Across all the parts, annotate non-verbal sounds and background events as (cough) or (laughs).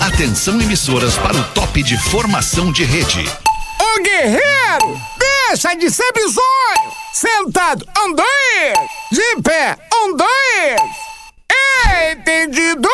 Atenção emissoras para o top de formação de rede. Ô guerreiro, deixa de ser bizonho! Sentado, um, dois! De pé, um, dois! Entendido!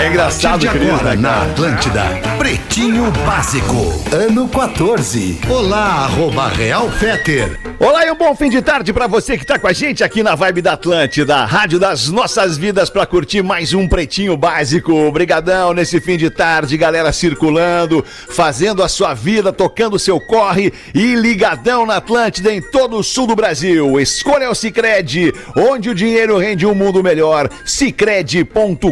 É engraçado, de querido. agora na Atlântida. Pretinho Básico, ano 14. Olá, arroba Real Feter. Olá e um bom fim de tarde pra você que tá com a gente aqui na Vibe da Atlântida, a rádio das nossas vidas pra curtir mais um Pretinho Básico. Obrigadão nesse fim de tarde, galera circulando, fazendo a sua vida, tocando o seu corre e ligadão na Atlântida em todo o sul do Brasil. Escolha o Cicred, onde o dinheiro rende um mundo melhor. Cicred.com.br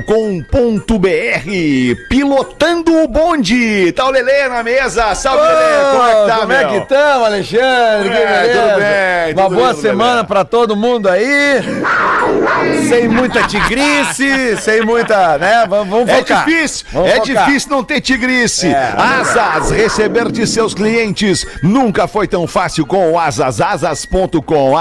Pilotando o bonde. Tá o Lelê na mesa. Salve, Lelê. Como é que tá, Como é meu? que tamo, Alexandre? Que É, beleza? tudo bem, Uma tudo boa lindo, semana Lelé. pra todo mundo aí. sem muita (laughs) tigrice, sem muita, né? Vamos, vamos É focar. difícil, Vamos é focar. difícil não ter tigrice. É. Asas, receber de seus clientes nunca foi tão fácil com o Asas, asas.com,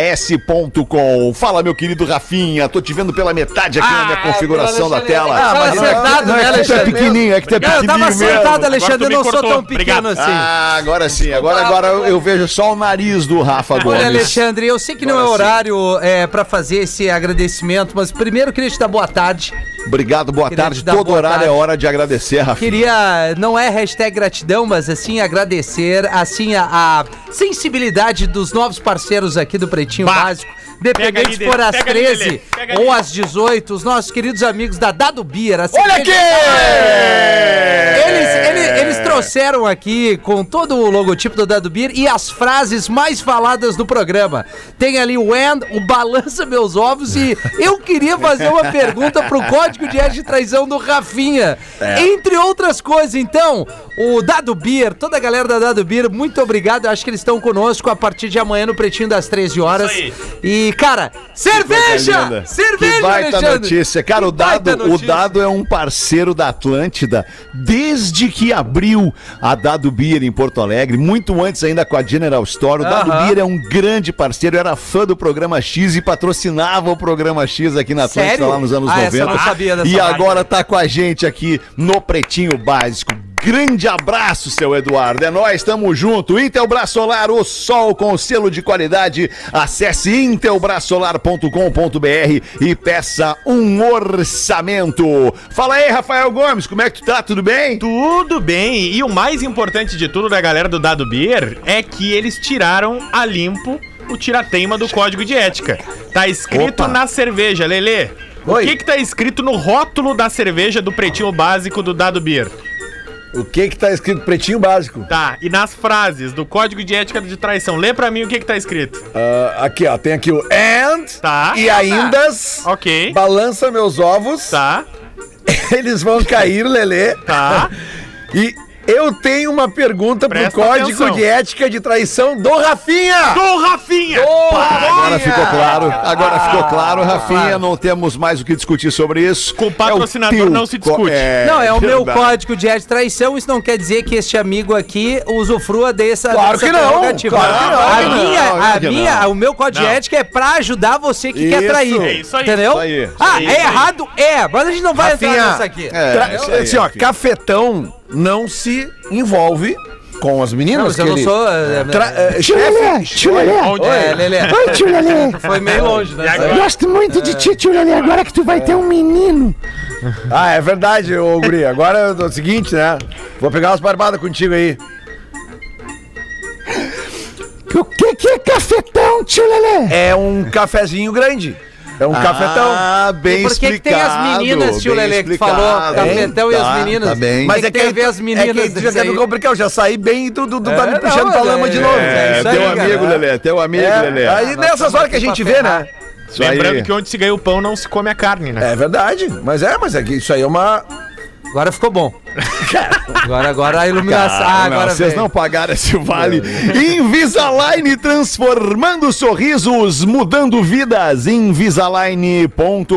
asaas.com. Fala, meu querido Rafinha, tô te vendo pela metade aqui na minha Ah, configuração da tela. Ah, mas Não, acertado, não, é que né, tu é Alexandre? pequenininho, é que tu é Cara, pequenininho eu tava mesmo. acertado, Agora tu Alexandre, eu me não sou cortou. tão pequeno Obrigado. assim. Ah, agora sim, agora, agora eu, eu vejo só o nariz do Rafa Gomes. Olha, Alexandre, eu sei que não é Agora sim. horário é, para fazer esse agradecimento, mas primeiro eu queria te dar boa tarde. Obrigado, boa Queria tarde. te dar Todo boa horário tarde. é hora de agradecer, Rafinha. Queria, não é hashtag gratidão, mas assim agradecer, assim a, a sensibilidade dos novos parceiros aqui do Pretinho Básico. Dependente Lelê, for às pega ali, 13 Lelê, pega ali. ou às 18, os nossos queridos amigos da Dado Beer. a Olha cerveja- aqui! Eles, ele- eles trouxeram aqui com todo o logotipo do Dado Beer e as frases mais faladas do programa. Tem ali o End, o Balança Meus Ovos e eu queria fazer uma pergunta pro código de ética de traição do Rafinha. É. Entre outras coisas, então, o Dado Beer, toda a galera da Dado Beer, muito obrigado. Eu acho que eles estão conosco a partir de amanhã no Pretinho das 13 horas. E, cara, cerveja! Cerveja, que baita Alexandre! notícia. Cara, o Que baita Dado, o notícia. Dado é um parceiro da Atlântida desde que abriu a Dado Beer em Porto Alegre, muito antes ainda com a General Store. O Dado Aham. Beer é um grande parceiro, era fã do programa X e patrocinava o programa X aqui na Atlântida Sério? tá lá nos anos Ah, 90. essa eu não sabia dessa e parte. agora tá com a gente aqui no Pretinho Básico. Grande abraço, seu Eduardo. É nós, tamo junto. Intelbrasolar, o sol com selo de qualidade. Acesse intelbrasolar.com.br e peça um orçamento. Fala aí, Rafael Gomes, como é que tu tá? Tudo bem? Tudo bem. E o mais importante de tudo da galera do Dado Beer é que eles tiraram a limpo o tirateima do código de ética. Tá escrito Opa. na cerveja, Lelê. Oi. O que que tá escrito no rótulo da cerveja do pretinho básico do Dado Beer? O que que tá escrito pretinho básico? Tá, e nas frases do código de ética de traição. Lê pra mim o que que tá escrito. Ah, aqui, ó, tem aqui o and Tá. e ainda Tá. Ok. balança meus ovos. Tá, (laughs) Eles vão cair, Lelê. (laughs) tá. E eu tenho uma pergunta Presta pro código atenção. de ética de traição do Rafinha. Gol, Rafinha! Agora ficou claro, agora Ah. Ah, ficou claro, Rafinha. Não temos mais o que discutir sobre isso. É Com o patrocinador teu não se co- discute. Não, é o meu verdade. código de ética de traição. Isso não quer dizer que este amigo aqui usufrua dessa. Claro dessa que não, prerrogativa. claro que não, A claro que minha, não, a claro que minha, não. o meu código de Não. ética é pra ajudar você que quer Isso. trair. É isso aí, Entendeu? isso aí, isso ah, aí, é isso aí. errado? É, mas a gente não vai entrar Rafinha, nessa aqui. É, Tra- isso aí, assim, ó, Rafinha. cafetão não se envolve com as Não, meninas. mas eu não que ele- sou. é, Tra- é, Tchulelê, chefe, tchulelê. Onde É, Lelê. Oi, tchulelê. Foi meio longe, né? É. E agora? Gosto muito de ti, tchulelê. Agora que tu vai ter um menino. Ah, é verdade, ô Guri. Agora é o seguinte, né? Vou pegar umas barbadas contigo aí. O que que é cafetão, tchulelê? É um cafezinho grande. É um cafetão. Ah, bem E por que que tem explicado. as meninas, tio bem Lelê, que explicado. Bem, falou, cafetão e as tá, meninas? Tá bem. Mas- que tem a ver as meninas É que tu já desse quer me aí? complicar, eu já saí bem e tu, tu, tu tá É, me puxando não, pra lama é, de novo. é, É, isso teu aí, amigo, cara. Lelê, teu amigo, É, Lelê. aí Ah, nós nessas estamos horas que a aqui gente pra vê, ferrar. né? Isso aí. Lembrando que onde se ganha o pão não se come a carne, né? É verdade. Mas é, mas é que isso aí é uma. Agora ficou bom. Agora, agora a iluminação. Ah, Ah, não, agora vocês veio. não pagaram esse vale. (laughs) Invisalign transformando sorrisos, mudando vidas. Invisalign.com.br.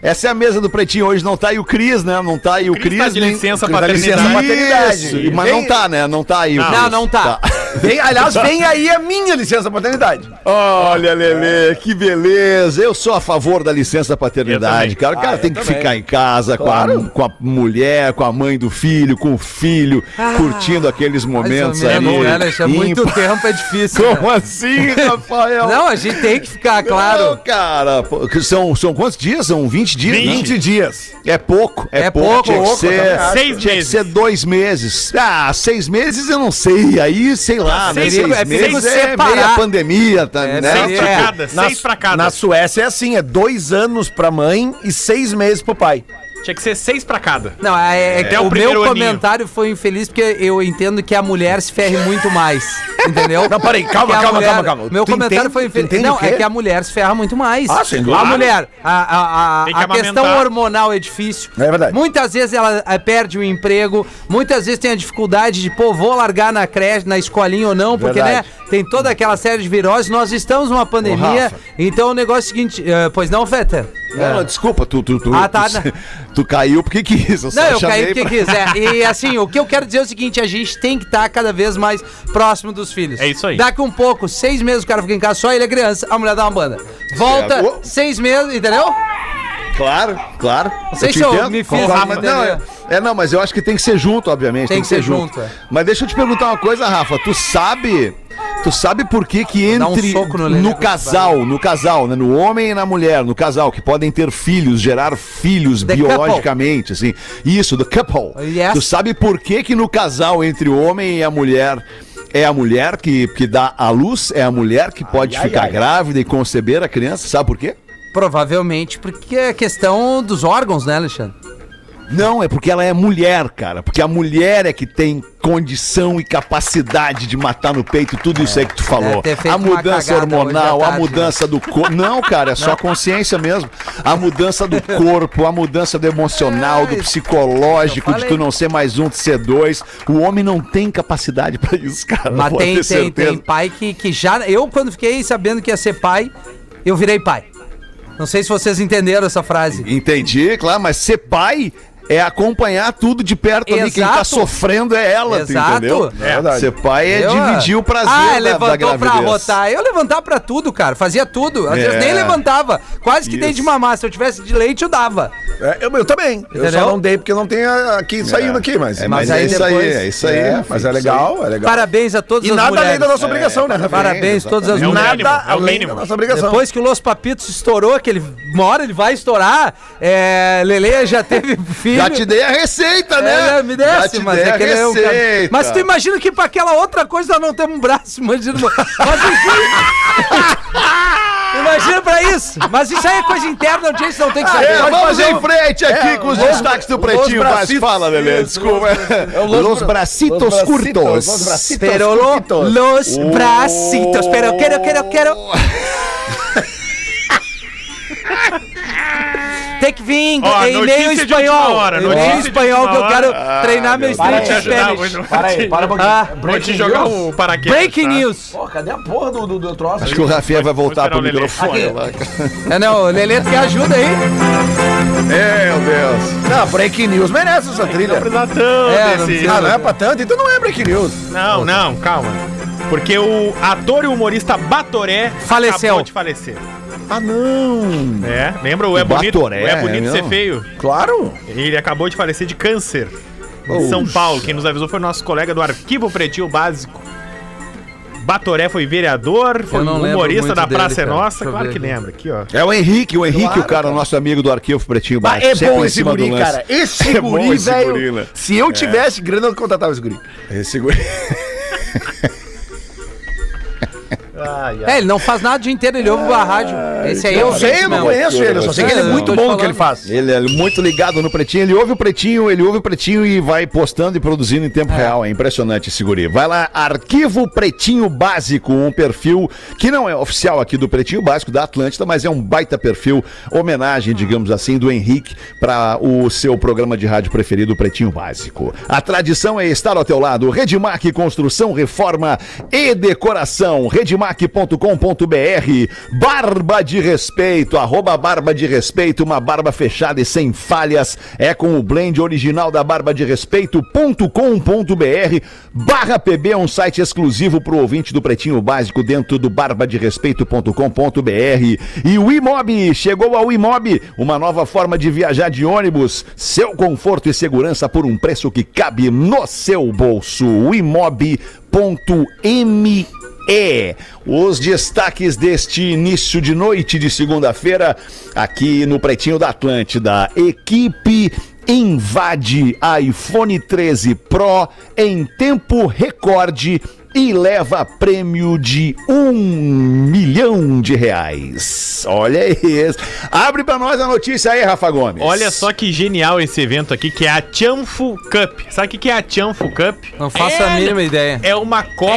Essa é a mesa do Pretinho hoje, não tá aí o Cris, né? Não tá aí o Cris Cris. tá de licença Cris tá de paternidade. licença paternidade. Isso, mas não tá, né? Não tá aí o Não, não tá. Vem, aliás, vem aí a minha licença paternidade. É. Olha, Lele, que beleza. Eu sou a favor da licença paternidade, Eu também. cara. O cara tem que ficar em casa com, a, com a mulher, com a mãe do filho, com o filho, curtindo aqueles momentos Ah. Mais ou ali. menos, né, Alexandre? (laughs) Muito Impa- tempo é difícil. né? Como assim, Rafael? Não, a gente tem que ficar, Não, claro. cara, pô, que são, são quantos dias? São 20 dias? 20 É, dias. É pouco, é, É pouco. pouco, Tinha que pouco, eu ser, também acho. Seis tinha que meses. ser dois meses. Ah, seis meses eu não sei. Aí, sei lá, Ah, né? seis- Seis é perigo meses é separar. meia pandemia, tá, É, né? seis é. Tipo, pra cada, Na- seis pra cada. Na Suécia é assim, é dois anos pra mãe e seis meses pro pai. Tinha que ser seis pra cada. Não, é, é que Até o o primeiro meu aninho. comentário foi infeliz porque eu entendo que a mulher se ferre muito mais. Entendeu? (laughs) Não, peraí, calma, Que a calma, calma, calma. Meu Tu comentário entende- foi tu infeliz. entende Não, o quê? é que a mulher se ferra muito mais. Ah, sim, A claro. mulher, a, a, Tem a, que a questão amamentar. hormonal é difícil. É verdade. Muitas vezes ela eh, perde o emprego, muitas vezes tem a dificuldade de, pô, vou largar na creche, na escolinha ou não, porque, Verdade. né, tem toda aquela série de viroses. Nós estamos numa pandemia, Rafa. então o negócio é o seguinte... eh, pois não, Fetter? Não, não, desculpa, tu, tu, tu, É. Ah, tá, tu, né? (laughs) tu caiu porque quis. só Não, eu caí chamei porque pra- quiser. E assim, o que eu quero dizer é o seguinte: a gente tem que estar cada vez mais próximo dos filhos. É isso aí. Daqui um pouco, seis meses, o cara fica em casa, só ele é criança, a mulher dá uma banda. Volta, Certo. seis meses, entendeu? Claro, claro. Não sei se eu me fiz entender. não, é, é, não, mas eu acho que tem que ser junto, obviamente. Tem, que, ser junto. é. Mas deixa eu te perguntar uma coisa, Rafa. Tu sabe. Tu sabe por que que dar um entre soco no Lelê no com esse casal, no casal, né, no homem e na mulher, no casal que podem ter filhos, gerar filhos The biologicamente, assim. Isso, do couple. Yes. Tu sabe por que que no casal entre o homem e a mulher é a mulher que, que dá a luz, é a mulher que pode ficar grávida e conceber a criança, sabe por quê? Provavelmente porque é questão dos órgãos, né, Alexandre? Não, é porque ela é mulher, cara. Porque a mulher é que tem condição e capacidade de matar no peito tudo isso aí que tu falou. É, ter feito A mudança uma cagada hormonal, hoje tá, à a tarde, mudança do corpo. Não, cara, é só consciência mesmo. A mudança do corpo, a mudança do emocional, É, do isso- psicológico, eu de tu falei. não ser mais um, de ser dois. O homem não tem capacidade pra isso, cara. Mas pode tem, ter tem, certeza. tem pai que, que já. Eu, quando fiquei sabendo que ia ser pai, eu virei pai. Não sei se vocês entenderam essa frase. Entendi, claro, mas ser pai. É acompanhar tudo de perto ali. Quem tá Exato. sofrendo é ela, tu Exato. entendeu? É verdade. Ser pai é Eu, dividir o prazer ah, da, levantou da gravidez. pra arrotar. Eu levantava pra tudo, cara. Fazia tudo. Às É. vezes nem levantava. Quase que dei Isso. de mamar. Se eu tivesse de leite, eu dava. É, eu, eu também. Eu Entendeu? só não dei porque não tem a- aqui saindo aqui, mas. É, Mas mas, aí é isso depois- aí, é isso aí. É, mas é legal, é legal. Parabéns a todos e as nada mulheres. além da nossa obrigação, né, um Rafael? Parabéns a todas as É o mulheres. mínimo, Nada é o além da mínimo. nossa obrigação. Depois que o Los Papitos estourou, que ele, uma hora ele vai estourar, é, Lele já teve filho. (laughs) Já te dei a receita, né? É, me desce, mas é que ele é um cara- Mas tu imagina que pra aquela outra coisa nós não temos um braço, imagina. Mas (laughs) enfim. imagina pra isso. Mas isso aí é coisa interna, a gente não tem que saber. É, Pode vamos fazer em um- frente aqui É, com os os- destaques do os Pretinho. Mas bracitos. fala, Lelê, desculpa. é, Los bracitos curtos. Los bracitos Pero lo- curtitos. los Oh. bracitos, pero quero, quero, quero. Tem que vir Ó, em notícia meio de espanhol. última hora, em notícia meio de espanhol que Ah, eu última quero hora. treinar meu Deus, street vai te spanish. Para aí, para um pouquinho. Ah, Vou te jogar o paraquedas. Breaking tá? news. Pô, cadê a porra do, do, do troço? Acho que o Rafinha vai voltar Vou pro esperar o Lelê. microfone Aqui. lá. É, não, Lelê, tu me ajuda aí. Meu Deus. Não, break news merece essa trilha. Exatão É, não desse- Ah, não é pra tanto? Então não é break news. Não, não, calma. Porque o ator e humorista Batoré Faleceu. acabou de falecer. Ah, não. É, lembra o É O Bonito? Batoré, o É Bonito é Ser mesmo? Feio. Claro. Ele acabou de falecer de câncer. Em São Paulo, quem nos avisou foi nosso colega do Arquivo Pretinho Básico. Batoré foi vereador, foi Eu não lembro humorista muito da dele, Praça é cara. Deixa Nossa. eu Claro ver que aqui. lembra, aqui, ó. É o Henrique, o Henrique, Claro, o cara, cara. nosso amigo do Arquivo Pretinho Bah, Baixo. é sempre bom em esse cima do guri, lance. cara. Esse É bom guri, esse guri, velho. né? Se eu tivesse grana, eu contratava esse guri. Esse guri. É, ele não faz nada o dia inteiro, ele ouve a rádio. Esse aí é Eu o sei, eu gente não mesmo. conheço ele. Eu só sei que ele é É, muito eu tô bom te no que ele falando. faz. Ele é muito ligado no Pretinho, ele ouve o Pretinho, ele ouve o Pretinho e vai postando e produzindo em tempo real. É impressionante esse guri. Vai lá, Arquivo Pretinho Básico, um perfil que não é oficial aqui do Pretinho Básico da Atlântida, mas é um baita perfil, homenagem, digamos assim, do Henrique para o seu programa de rádio preferido, o Pretinho Básico. A tradição é estar ao teu lado. Redmac Construção, Reforma e Decoração. Redmac uniplaque.com.br. Barba de Respeito, arroba Barba de Respeito, uma barba fechada e sem falhas. É com o blend original da Barba de Respeito.com.br. Barra PB é um site exclusivo para o ouvinte do Pretinho Básico dentro do barba de respeito.com.br. E o Imob, chegou ao Imob, uma nova forma de viajar de ônibus. Seu conforto e segurança por um preço que cabe no seu bolso. O Imob.me os destaques deste início de noite de segunda-feira, aqui no Pretinho da Atlântida. Equipe invade iPhone 13 Pro em tempo recorde e leva prêmio de um milhão de reais. Olha isso. Abre pra nós a notícia aí, Rafa Gomes. Olha só que genial esse evento aqui, que é a Chanfu Cup. Sabe o que que é a Chanfu Cup? Não faço a mínima ideia. É uma Copa.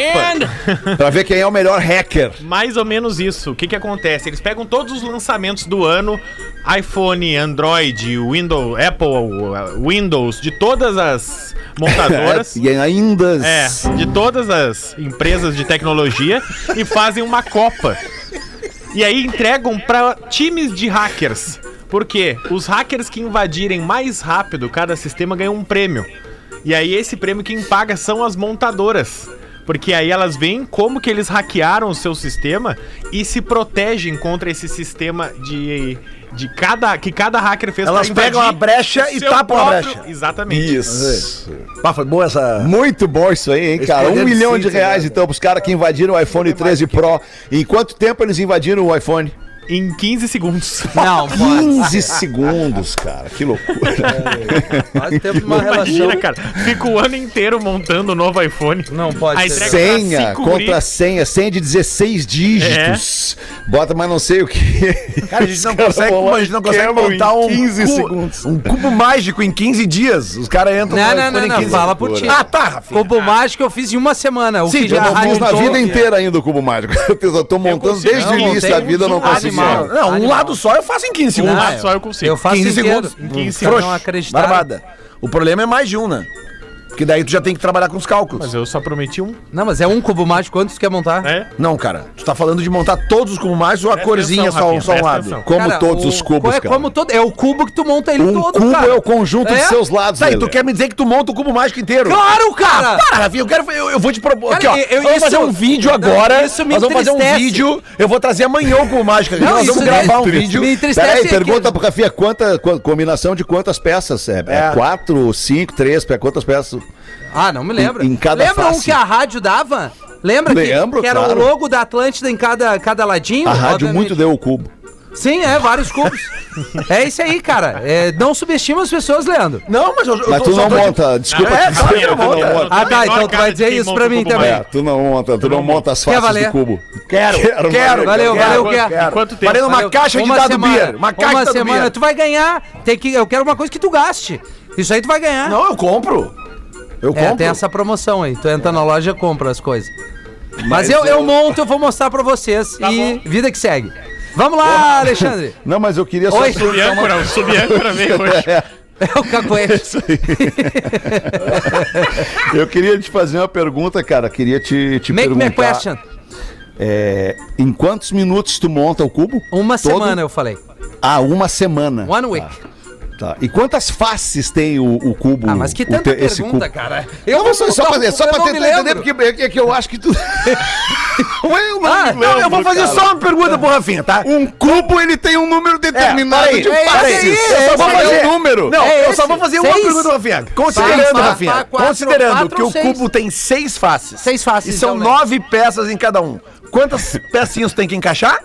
Pra ver quem é o melhor hacker. (laughs) Mais ou menos isso. O que, que acontece? Eles pegam todos os lançamentos do ano: iPhone, Android, Windows, Apple, uh, Windows, de todas as (laughs) montadoras. né? E ainda. é, de todas as empresas de tecnologia e fazem uma Copa. E aí entregam pra times de hackers. Por quê? Os hackers que invadirem mais rápido cada sistema ganham um prêmio. E aí esse prêmio quem paga são as montadoras. Porque aí elas veem como que eles hackearam o seu sistema e se protegem contra esse sistema de, de cada que cada hacker fez Elas pra pegam invadir a brecha e tá seu tapam a próprio- brecha. Exatamente. Isso. Pá, foi boa essa. Muito bom isso aí, hein, Esse cara? Um poder de milhão de síntese, reais, né? então, pros caras que invadiram o iPhone 13 Pro. é. Em quanto tempo eles invadiram o iPhone? Em 15 segundos. Não, pode. 15 (laughs) segundos, cara. Que loucura. Faz tempo de uma relação. Imagina, cara. Fica o ano inteiro montando o novo iPhone. Não pode Aí ser. entrega pra senha cinco contra guri. senha, senha de 16 dígitos. É. Bota mais não sei o que. (laughs) Cara, a gente não consegue, a gente não consegue montar um, 15 cu- segundos. um cubo mágico em 15 dias. Os caras entram Não, no não, iPhone não, em não, 15 fala por ti. Ah, tá, Rafinha. Cubo mágico eu fiz em uma semana. O Sim, que já já Eu não fiz na arranjou- vida inteira ainda o cubo mágico. (laughs) Eu tô montando consigo. desde o Não, início montei da vida, eu não um consigo. animal. Não, um Animal. lado só eu faço em 15 Não, segundos. lado Um só eu consigo. Um Eu faço 15 inteiro. segundos. 15 Frouxo, segundos. Não acreditaram. barbada. O problema é mais de um, né? Porque daí tu já tem que trabalhar com os cálculos. Mas eu só prometi um, Não, mas é um cubo mágico. Quanto tu quer montar? né? Não, cara, tu tá falando de montar todos os cubos mágicos ou a Presta corzinha só, atenção, Rafinha, só um presta lado? atenção. Como Cara, todos o- os cubos, é, cara. Como todo, é o cubo que tu monta ele Um todo, cubo cara. é o conjunto É? de seus lados, Tá, e Lelê. tu quer me dizer que tu monta o cubo mágico inteiro? Claro, cara! Para, Rafinha, eu quero. Eu, eu vou te propor. Cara, Aqui, ó. eu- nós eu- vamos fazer isso- um vídeo não, agora. isso me nós vamos fazer um entristece. vídeo. Eu vou trazer amanhã o cubo mágico aqui. Não, nós vamos isso gravar me- um vídeo. me entristece Peraí, que- pergunta pro Rafinha quanta, qua- combinação de quantas peças? É, é É. quatro, cinco, três, pra quantas peças? Ah, não me lembra. Em- em cada Lembra um face. que a rádio dava? Lembra que- Lembro, que, era claro. o logo da Atlântida em cada, cada ladinho? A rádio Obviamente. muito deu o cubo. Sim, é, (laughs) vários cubos. é isso aí, cara. É, não subestima as pessoas, Leandro. Não, mas eu, eu Mas tô- tu só não tô te- monta, desculpa. É, te claro que dizer, eu tu não monta. monta. Ah, tá, menor então tu cara vai de dizer quem isso monta pra o mim cubo também. É, tu não monta, tu não monta as Quer faces valer? do cubo. Quero, quero, quero, valeu, quero, valeu, quero. quero. Em quanto tempo? Parei numa Valeu. caixa de Uma dado semana. beer. Uma caixa de Uma dado semana. beer. Tu vai ganhar. Tem que, eu quero uma coisa que tu gaste. Isso aí tu vai ganhar. Não, eu compro. Eu É, compro. tem essa promoção aí. Tu É. entra na loja e compra as coisas. Mas, eu, eu monto, eu vou mostrar pra vocês. Tá e vida que segue. Vamos lá, Alexandre. Não, mas eu queria só (laughs) Oi. explicar uma Biâncora, o Subiâncora veio hoje. É o (laughs) cacoete. Eu queria te fazer uma pergunta, cara. Queria te, te Make me perguntar. a question. É, em quantos minutos tu monta o cubo? Uma Todo? semana eu falei. Ah, uma semana. One week. Tá. E quantas faces tem o, o cubo? Ah, mas que o tanta te- esse pergunta, cubo? cara. Eu vou só, só montar fazer, um só pra cubo, eu não tentar me entender, lembro. porque é que- é que eu acho que tu. Ué, eu (laughs) não Ah, me não, Não, eu vou lembro, fazer cara. só uma pergunta pro Rafinha, tá? Um cubo ele tem um número determinado peraí, de é faces. esse, eu só vou esse é o fazer um número. Não, É eu só esse? vou fazer uma Seis? pergunta, Rafinha. Considerando, Seis, Rafinha, quatro, quatro, considerando quatro que ou o seis? cubo tem seis faces. Seis faces, E são então, né? nove peças em cada um. Quantas (laughs) pecinhas tu tem que encaixar?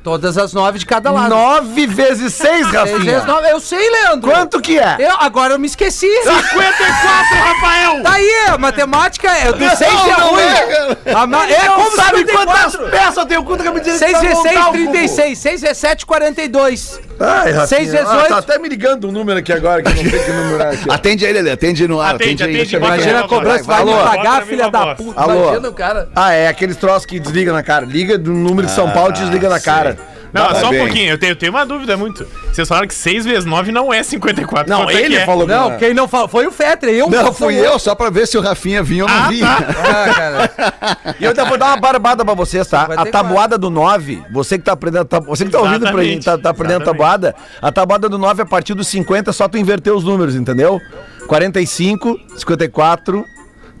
Todas as nove de cada lado. Nove vezes seis, Seis vezes Rafinha. nove. Eu sei, Leandro. Quanto que é? Eu, agora eu me esqueci. Ah. 54, Rafael! (laughs) Tá aí, a matemática é do 6 é não ruim. A ma- É Não como sabe sabe quantas 34. peças eu tenho? Quanto que eu me dizendo 6 vezes 6, 36. 6 vezes 7, 42. Ai, Rafinha. Seis vezes ah, oito. Tá até me ligando um número aqui agora que eu não sei que número (laughs) é aqui. Atende aí, Lelê, atende no ar. Atende, aí, atende, deixa eu ver. bota Imagina aí, a cobrança que vai Alô? me Bota pagar, pra filha mim uma da voz. puta. Alô? Imagina o cara. Ah, é aqueles troços que desliga na cara. Liga do número de São Paulo e desliga na cara. Não, Tá só bem. um pouquinho, eu tenho, eu tenho uma dúvida muito. Vocês falaram que 6 vezes 9 não é 54. Não, quanto é que ele é? falou que Não, quem não falou. Foi o Fetter, eu Não, fui eu só pra ver se o Rafinha vinha ou não vinha. Ah, cara. E eu ainda vou dar uma barbada pra vocês, tá? A 54. tabuada do 9, você que tá aprendendo, a tabu- você que tá ouvindo pra gente, tá, tá aprendendo a Exatamente. tabuada, a tabuada do 9 a partir dos 50 é só tu inverter os números, entendeu? 45, 54,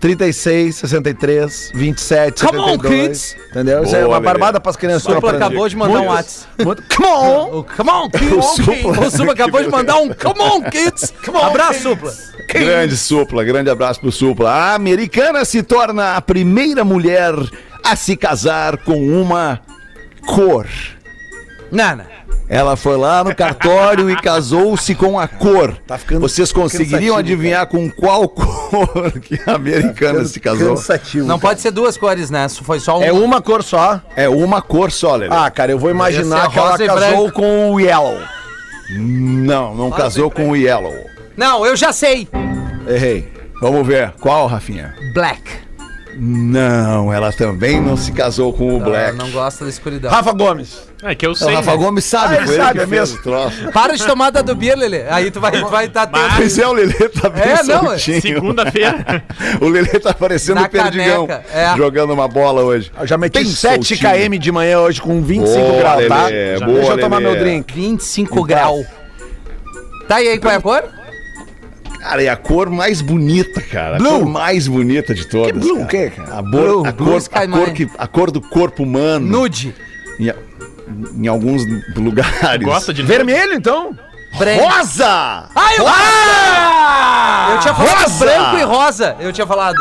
36, 63, 27, Come on, 72, kids. entendeu? Isso aí é Boa, uma Lelê. barbada pras crianças. O Supla aprendendo. acabou de mandar um Muitos- Whats. Muito- Come on! (laughs) O Come on, kids. O Supla. O Supla acabou de mandar um Come on, kids. Abraço, Supla. (laughs) Grande Supla, grande abraço pro Supla. A americana se torna a primeira mulher a se casar com uma cor. Nana. Ela foi lá no cartório e casou-se com a cor. Tá Vocês conseguiriam adivinhar com qual (laughs) cor que a americana se casou? Cansativo. Não pode ser duas cores, né? Foi só um. Tá É uma cor só. É uma cor só, Lelê. Ah, cara, eu vou imaginar Essa é que ela rosa e casou branco. com o Yellow. Não, não casou com o yellow. Não, eu já sei. Errei. Vamos ver. Qual, Rafinha? Black. Não, ela também não se casou com o Ela black. não gosta da escuridão. Rafa Gomes. É que eu O sei. Rafa né? Gomes sabe, Ah, ele foi ele sabe, que é fez mesmo. o troço. Para de tomar da do Bia, Lelê. Aí tu vai estar vai tá tendo. Pois é, o Lelê tá bem É, não, é. soltinho. Segunda-feira. (laughs) O Lelê tá parecendo Na o Perdigão, caneca, é. jogando uma bola hoje. Eu já meti Bem 7 soltinho. km de manhã hoje com 25 Boa, graus, tá? Lelê, Já- boa, Deixa eu tomar Lelê. meu drink. 25 grau. Tá e aí qual é a cor? Cara, e a cor mais bonita, cara. A Blue. cor mais bonita de todas. Que blue, cara. o quê, cara? A, Blue, bor, a, blue cor, sky a, cor mine. que, a cor do corpo humano. Nude. Em, a- em alguns lugares. Gosta de Vermelho, então? Branco. Rosa! Ah! Ah, eu, eu tinha falado Rosa! branco e rosa. Eu tinha falado.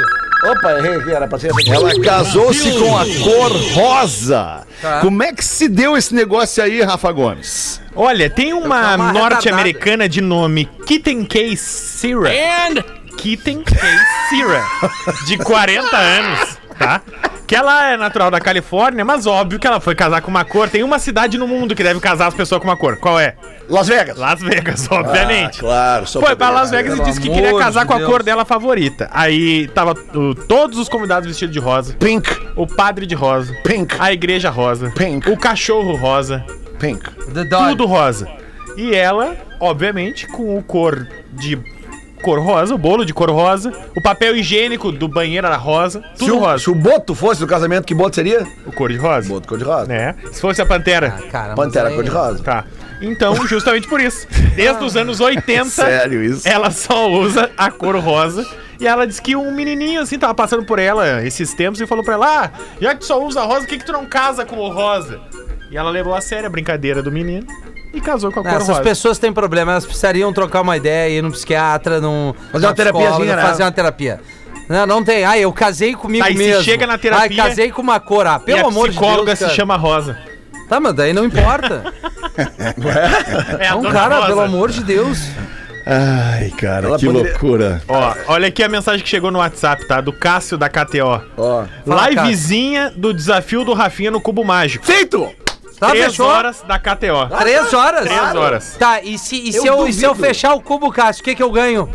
Opa, errei aqui, era pra ser assim. Ela casou-se com a cor rosa. Tá. Como é que se deu esse negócio aí, Rafa Gomes? Olha, tem uma, uma norte-americana de nome Kitten K. Sira. And... Kitten K. Sira, de 40 anos, tá? Que ela é natural da Califórnia, mas óbvio que ela foi casar com uma cor. Tem uma cidade no mundo que deve casar as pessoas com uma cor. Qual é? Las Vegas. Las Ah, Vegas, obviamente. claro, só Foi pra Las Vegas e disse que amor queria casar de com a Deus. cor dela favorita. Aí tava uh, todos os convidados vestidos de rosa. Pink, O padre de rosa. Pink. A igreja rosa. Pink. O cachorro rosa. pink. The dog. Tudo rosa. E ela, obviamente, com o cor de cor rosa, o bolo de cor rosa, o papel higiênico do banheiro era rosa, tudo Se o, rosa. se o Boto fosse do casamento, que Boto seria? O cor de rosa. Boto cor-de-rosa. Né? Se fosse a pantera. Ah, cara, mas Pantera aí- cor-de-rosa. Tá. Então, justamente por isso. Desde os anos 80, Sério isso? ela só usa a cor rosa. E ela disse que um menininho assim tava passando por ela esses tempos e falou pra ela: ah, já que tu só usa rosa, por que, que tu não casa com o rosa? E ela levou a sério a brincadeira do menino e casou com a Não, cor Ah, Essas rosa. pessoas têm problema, elas precisariam trocar uma ideia, ir num psiquiatra, num. Fazer uma num psicólogo, terapiazinha, né? Fazer uma terapia. Não, não tem. Ah, eu casei comigo Aí Tá, se mesmo. chega na terapia- Ah, casei com uma cor. Ah, pelo e a amor de Deus. psicóloga se cara. chama Rosa. Tá, mas daí não importa. É a Não, dona cara, Rosa. pelo amor de Deus. Ai, cara, Ela que poderia- loucura. Ó, olha aqui a mensagem que chegou no WhatsApp, tá? Do Cássio da KTO. Ó. Fala, Livezinha do desafio do Rafinha no Cubo Mágico. Feito! Tá, Três fechou? horas da KTO. Três horas? Três horas. Tá, e se, e se Eu eu, e se eu duvido. fechar o cubo, Cássio, o que, que eu ganho?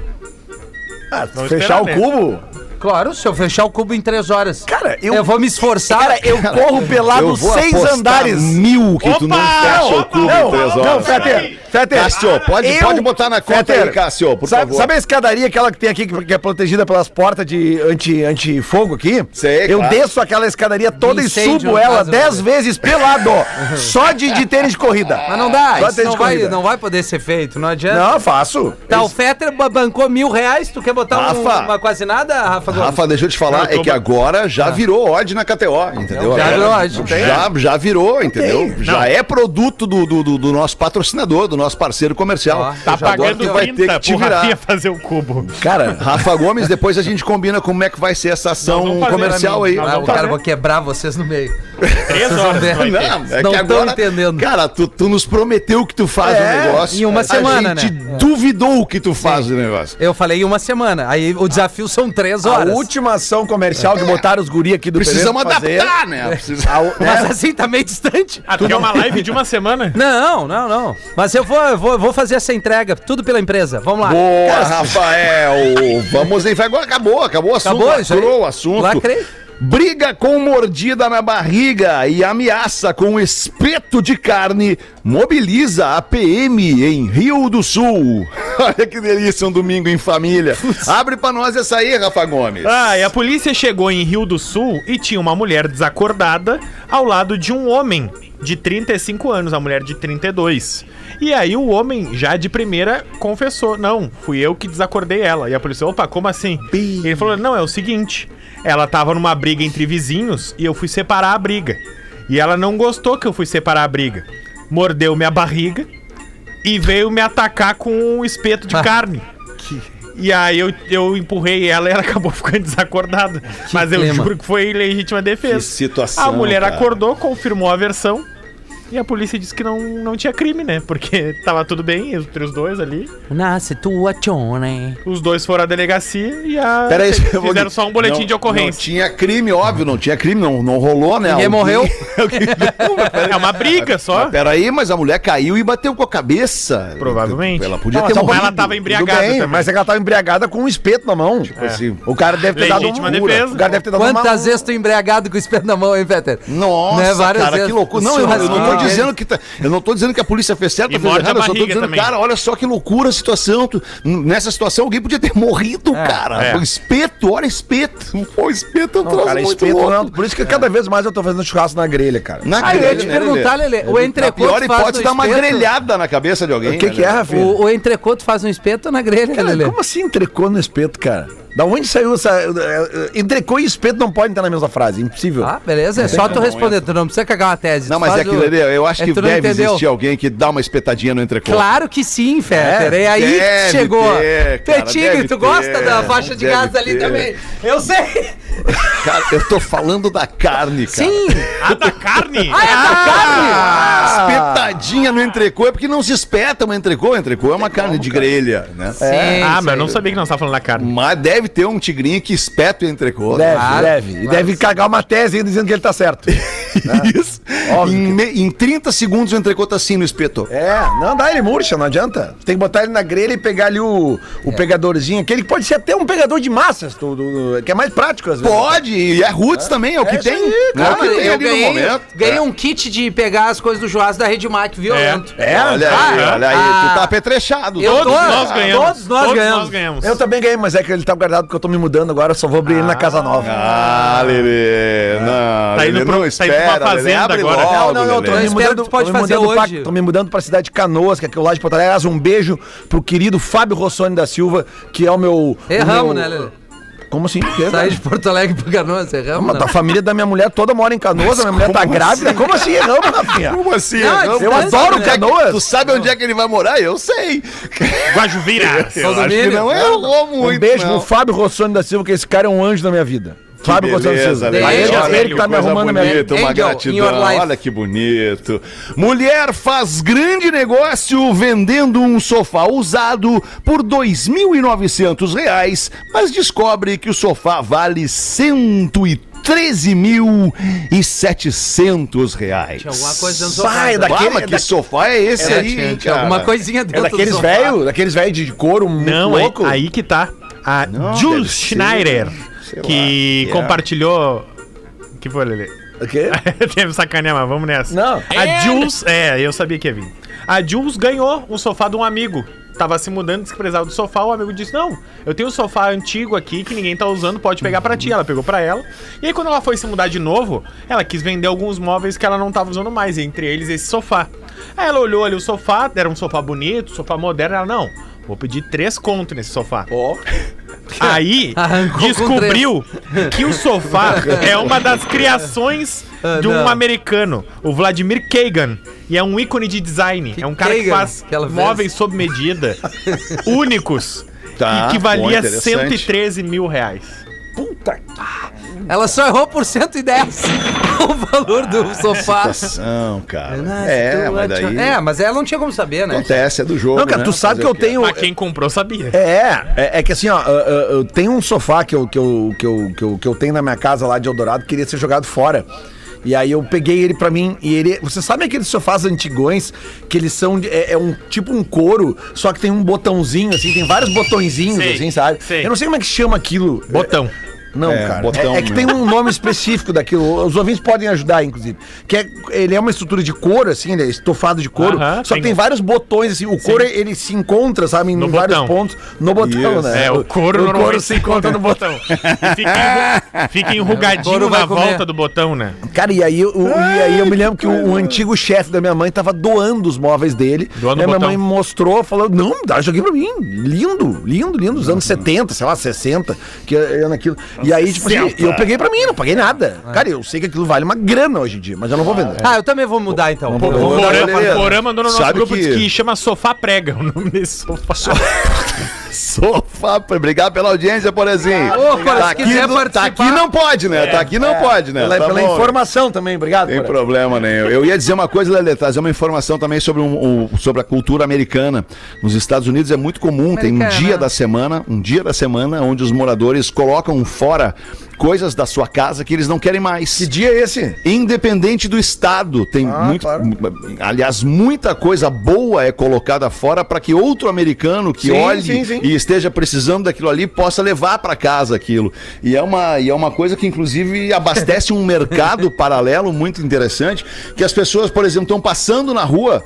Ah, Vamos fechar esperar, o né? cubo? Claro, se eu fechar o cubo em três horas. Cara, eu- Eu vou me esforçar. tá- Cara, eu corro pelado seis apostar andares. mil que tu não Opa! fecha o Opa! cubo em Não, três não, horas. Fetter, Fetter. Cássio, pode- pode botar na conta Fetter, aí, Cássio, por sabe, favor. Sabe a escadaria aquela que tem aqui, que que é protegida pelas portas de anti- anti-fogo aqui? Sei, Eu claro. desço aquela escadaria toda De e incêndio, subo no ela caso, dez né? vezes (laughs) pelado. só de, de tênis de corrida. Mas não dá, Só isso tênis não de vai, corrida. não vai poder ser feito, não adianta. Não, faço. Tá, o Fetter ba- bancou mil reais, tu quer botar um- Rafa. uma quase nada, Rafa? Gomes? Rafa, deixa eu te falar, Eu tô- é que agora já virou odd na KTO, entendeu? Já virou Agora odd. Não tem. Já, já virou, entendeu? Não. Já é produto do, do, do- do nosso patrocinador, do nosso parceiro comercial. Ó, Tá Eu já Agora pagando tu vai ter que quinta te pro virar. Rafinha fazer o cubo. Cara, Rafa Gomes, depois a gente combina como é que vai ser essa Nós ação vamos fazer, comercial aí. amigo, nós Ah, Não, o tá cara, vendo? vou quebrar vocês no meio. Três horas. ver. vai ter. Não, é Não que tão agora, entendendo. Cara, tu, tu nos prometeu que tu faz É, o negócio. em uma semana, A gente né? duvidou que tu faz o negócio. Eu falei em uma semana, aí o desafio são três a horas. última ação comercial que botaram os guri aqui do Precisamos Pereira fazer- adaptar, (laughs) né? Precisa- A u- Mas assim tá meio distante. Ah, tu quer uma live de uma semana? Não, não, não. Mas eu vou, eu vou, eu vou fazer essa entrega, tudo pela empresa. Vamos lá. Boa, Rafael! Vamos aí, vai agora acabou, acabou o assunto. Acabou isso aí? lacrou o assunto. Lacrei. Briga com mordida na barriga e ameaça com espeto de carne mobiliza a PM em Rio do Sul. (laughs) Olha que delícia um domingo em família. Abre pra nós essa aí, Rafa Gomes. Ah, e a polícia chegou em Rio do Sul e tinha uma mulher desacordada ao lado de um homem de 35 anos, a mulher de 32. E aí o homem já de primeira confessou: "Não, fui eu que desacordei ela". E a polícia: "Opa, como assim?". Ele falou: "Não, é o seguinte, ela tava numa briga entre vizinhos e eu fui separar a briga. E ela não gostou que eu fui separar a briga. Mordeu minha barriga e veio me atacar com um espeto Ah, de carne". E aí eu, eu empurrei ela e ela (laughs) acabou ficando desacordada. Mas eu clima. juro que foi legítima defesa. Que situação, A mulher cara. acordou, confirmou a versão. E a polícia disse que não, não tinha crime, né? Porque tava tudo bem entre os dois ali. Nasce tua tchone. Os dois foram à delegacia e (laughs) a. (laughs) Peraí, eu vou- fizeram só um boletim não- de Não ocorrência. tinha crime, óbvio, não tinha crime, não, não rolou, né? Ninguém Alguém- (laughs) morreu? É uma briga só. Mas Peraí, mas a mulher caiu e bateu com a cabeça. Provavelmente. Ela podia Não, ter mas morrido. ela tava Tudo embriagada bem, também. mas é que ela tava embriagada com um espeto na mão. Tipo assim, O cara deve ter dado Legítima uma loucura. defesa. O cara deve ter dado uma Quantas vezes tu embriagado com o espelho na mão, hein, Peter? Nossa, Né, várias cara, vezes. que loucura. Não, eu, eu não tô Churrasquinho. dizendo que tá- eu não tô dizendo que a polícia fez certo, E fez morde errado, a eu só tô barriga dizendo, também. cara, olha só que loucura a situação. Tu- nessa situação alguém podia ter morrido, cara. é. Pô, Espeto, olha espeto. Pô, espeto é um Não, troço cara, muito espeto louco. não. Por isso que cada vez mais eu tô fazendo churrasco na grelha, cara. Na Ah, eu ia te né, Lelê? perguntar, Lelê, o A entrecote pior faz hipótese no dar uma espeto? grelhada na cabeça de alguém. O que né, que é, Lelê? Rafinha? O, o entrecoto faz um espeto na grelha, Cara, Lelê. como assim entrecô no espeto, cara? Da onde saiu essa. eh, eh, Entrecô e espeto não podem estar na mesma frase, impossível. Ah, beleza, é só tu responder, tu não precisa cagar uma tese. Não, tu mas faz é que, Lelê, eu acho é que tu não deve entendeu. existir alguém que dá uma espetadinha no entrecô. Claro que sim, Fetter. É, é aí deve que chegou. ter, cara, deve Petigre, tu gosta ter, da faixa de deve gás ali ter. também? Eu sei. Cara, eu tô falando da carne, cara. Sim. A da (laughs) carne? Ah, é da carne. Ah, Espetadinha no entrecô é porque não se espeta uma entrecô. O entrecô é uma carne de grelha, né? Sim, Ah, sim. mas eu não sabia que nós tava falando da carne. Mas deve ter um tigrinho que espeta o entrecô. Deve, né? deve. E deve cagar uma tese ainda dizendo que ele (laughs) tá certo. Isso. Óbvio Em, me- em 30 segundos o entrecô tá assim no espeto. É, não dá, ele murcha, não adianta. Tem que botar ele na grelha e pegar ali o, o É. pegadorzinho, aquele que pode ser até um pegador de massas, tu- tu- tu- que é mais prático às vezes. Pode, e é roots também, é o que isso tem. aí, né? É cara. o que tem eu ali no ganhei, momento. ganhei É. um kit de pegar as coisas do churrasco da Rede Mac violento. É, Olha aí, Ah, olha aí. ah, tu tá apetrechado. eu Todos tô- nós ganhamos. todos nós ganhamos. Eu também ganhei, mas é que ele tá guardado porque eu tô me mudando agora, eu só vou abrir ele na casa nova. Ah, Lelê. Não, Tá indo Lelê, pra- não tá indo pra espera. fazenda Lelê, abre agora. logo, Não, não, não, eu Lelê. tô me Eu espero mudando, que tu pode tô me fazer mudando pra- hoje. tô me mudando pra cidade de Canoas, que é aqui lá de Porto Alegre. Um beijo pro querido Fábio Rossoni da Silva, que é o meu... Erramos, o meu- né, Lelê? Como assim? Que? Saí de Porto Alegre pra Canoas, erramos. né? Mas Não. a família da minha mulher toda mora em Canoas, a minha mulher tá grávida. Como assim erramos, Rafinha? Como assim? Não, né? Não, eu pô, adoro sabe onde é que- Canoas. Tu sabe onde é que ele vai morar? Eu sei. Guajuvira. Eu acho que domínio? não é. errou muito. Um beijo não. pro Fábio Rossoni da Silva, que esse cara é um anjo da minha vida. Fábio Rossoni da beleza, né? é Silva. Lelê. Ele, Olha, ele que tá me coisa arrumando minha vida. bonita, uma Angel, in gratidão. your life. Olha que bonito. Mulher faz grande negócio vendendo um sofá usado por R$ 2.900, reais, mas descobre que o sofá vale R$ 113.700. reais. Tinha alguma coisa dentro do sofá, Pai, né? daquele, Bah, mas que que sofá é esse aí, Tinha- tinha Alguma coisinha É dentro daqueles sofá. velho, daqueles velho de couro muito Não, é, louco. aí que tá. A deve Jules ser, Schneider, sei que lá. é. compartilhou. que foi, Lelê? O quê? (laughs) Teve sacanear, mas vamos nessa. Não. A Jules. É, eu sabia que ia vir. A Jules ganhou um sofá de um amigo. Tava se mudando, disse que precisava do sofá. O amigo disse: Não, eu tenho um sofá antigo aqui que ninguém tá usando, pode pegar pra ti. Ela pegou pra ela. E aí, quando ela foi se mudar de novo, ela quis vender alguns móveis que ela não tava usando mais, entre eles esse sofá. Aí ela olhou ali o sofá, era um sofá bonito, sofá moderno. Ela: Não, vou pedir três contos nesse sofá. Aí (laughs) Arrancou com descobriu que (laughs) o sofá é uma das criações de um Ah, não. americano, o Vladimir Kagan. E é um ícone de design. Que é um cara que Kagan faz que ela fez. móveis sob (laughs) medida, únicos, Tá, e que valia bom, interessante. 113 mil reais. Ela só errou por 110 (laughs) o valor do sofá. Situação, cara. Nasce É, tua mas daí tia- É, mas ela não tinha como saber, né? acontece, é do jogo. Não, cara, né? tu Fazer sabe que eu o quê? tenho. Mas quem comprou sabia. É, é, é que assim, ó, eu- eu- eu tenho um sofá que eu, que, eu, que, eu, que, eu, que eu tenho na minha casa lá de Eldorado, que queria ser jogado fora. E aí eu peguei ele pra mim e ele. Você sabe aqueles sofás antigões que eles são. de- É, é um tipo um couro, só que tem um botãozinho, assim, tem vários botõezinhos, Sei, assim, sabe? sei. Eu não sei como é que chama aquilo. Botão. Não, É, cara. botão, é, é que né? tem um nome específico daquilo. Os ouvintes podem ajudar, inclusive. Que é, ele é uma estrutura de couro, assim, ele é estofado de couro. Aham, só que tem- tem um- vários botões, assim. O couro, ele se encontra, sabe, em No vários botão. pontos. No botão, Isso. né? É, o o couro couro normalmente se (laughs) encontra no botão. E fica, (laughs) enru- fica É, O enrugadinho couro vai na comer. volta do botão, né? Cara, e aí, eu- o- e aí eu me lembro que o, o antigo chefe da minha mãe tava doando os móveis dele. Doando e a o minha botão. mãe mostrou, falou: Não, dá, joguei pra mim. Lindo, lindo, lindo. Dos anos 70, sei lá, 60, que é naquilo. E aí, tipo assim, 60. eu peguei pra mim, não paguei nada. É. Cara, eu sei que aquilo vale uma grana hoje em dia, mas eu não vou vender. Ah, eu também vou mudar então. Vamos O Ô, Porã, Galileu, o Porã mandou no nosso sabe grupo que- diz que chama Sofá Prega (laughs) o nome desse sofá. É Sofá, pra- obrigado pela audiência, Porezinho. ô, Porã, se tá, aqui, quiser não- tá participar- aqui não pode, né? tá aqui não pode, né? Pela, tá pela bom, né? informação também, obrigado. Tem Porã. problema nenhum. Eu ia dizer uma coisa, Lelê, trazer uma informação também sobre, um, um- sobre a cultura americana. Nos Estados Unidos é muito comum, tem um dia da semana, um dia da semana, onde os moradores colocam fora coisas da sua casa que eles não querem mais. Que dia é esse? Ah, Independente do estado, tem muito, claro. mu- aliás, muita coisa boa é colocada fora para que outro americano que Sim, olhe sim, sim. e esteja precisando daquilo ali possa levar para casa aquilo. E é uma e é uma coisa que inclusive abastece um (laughs) mercado paralelo muito interessante, que as pessoas, por exemplo, estão passando na rua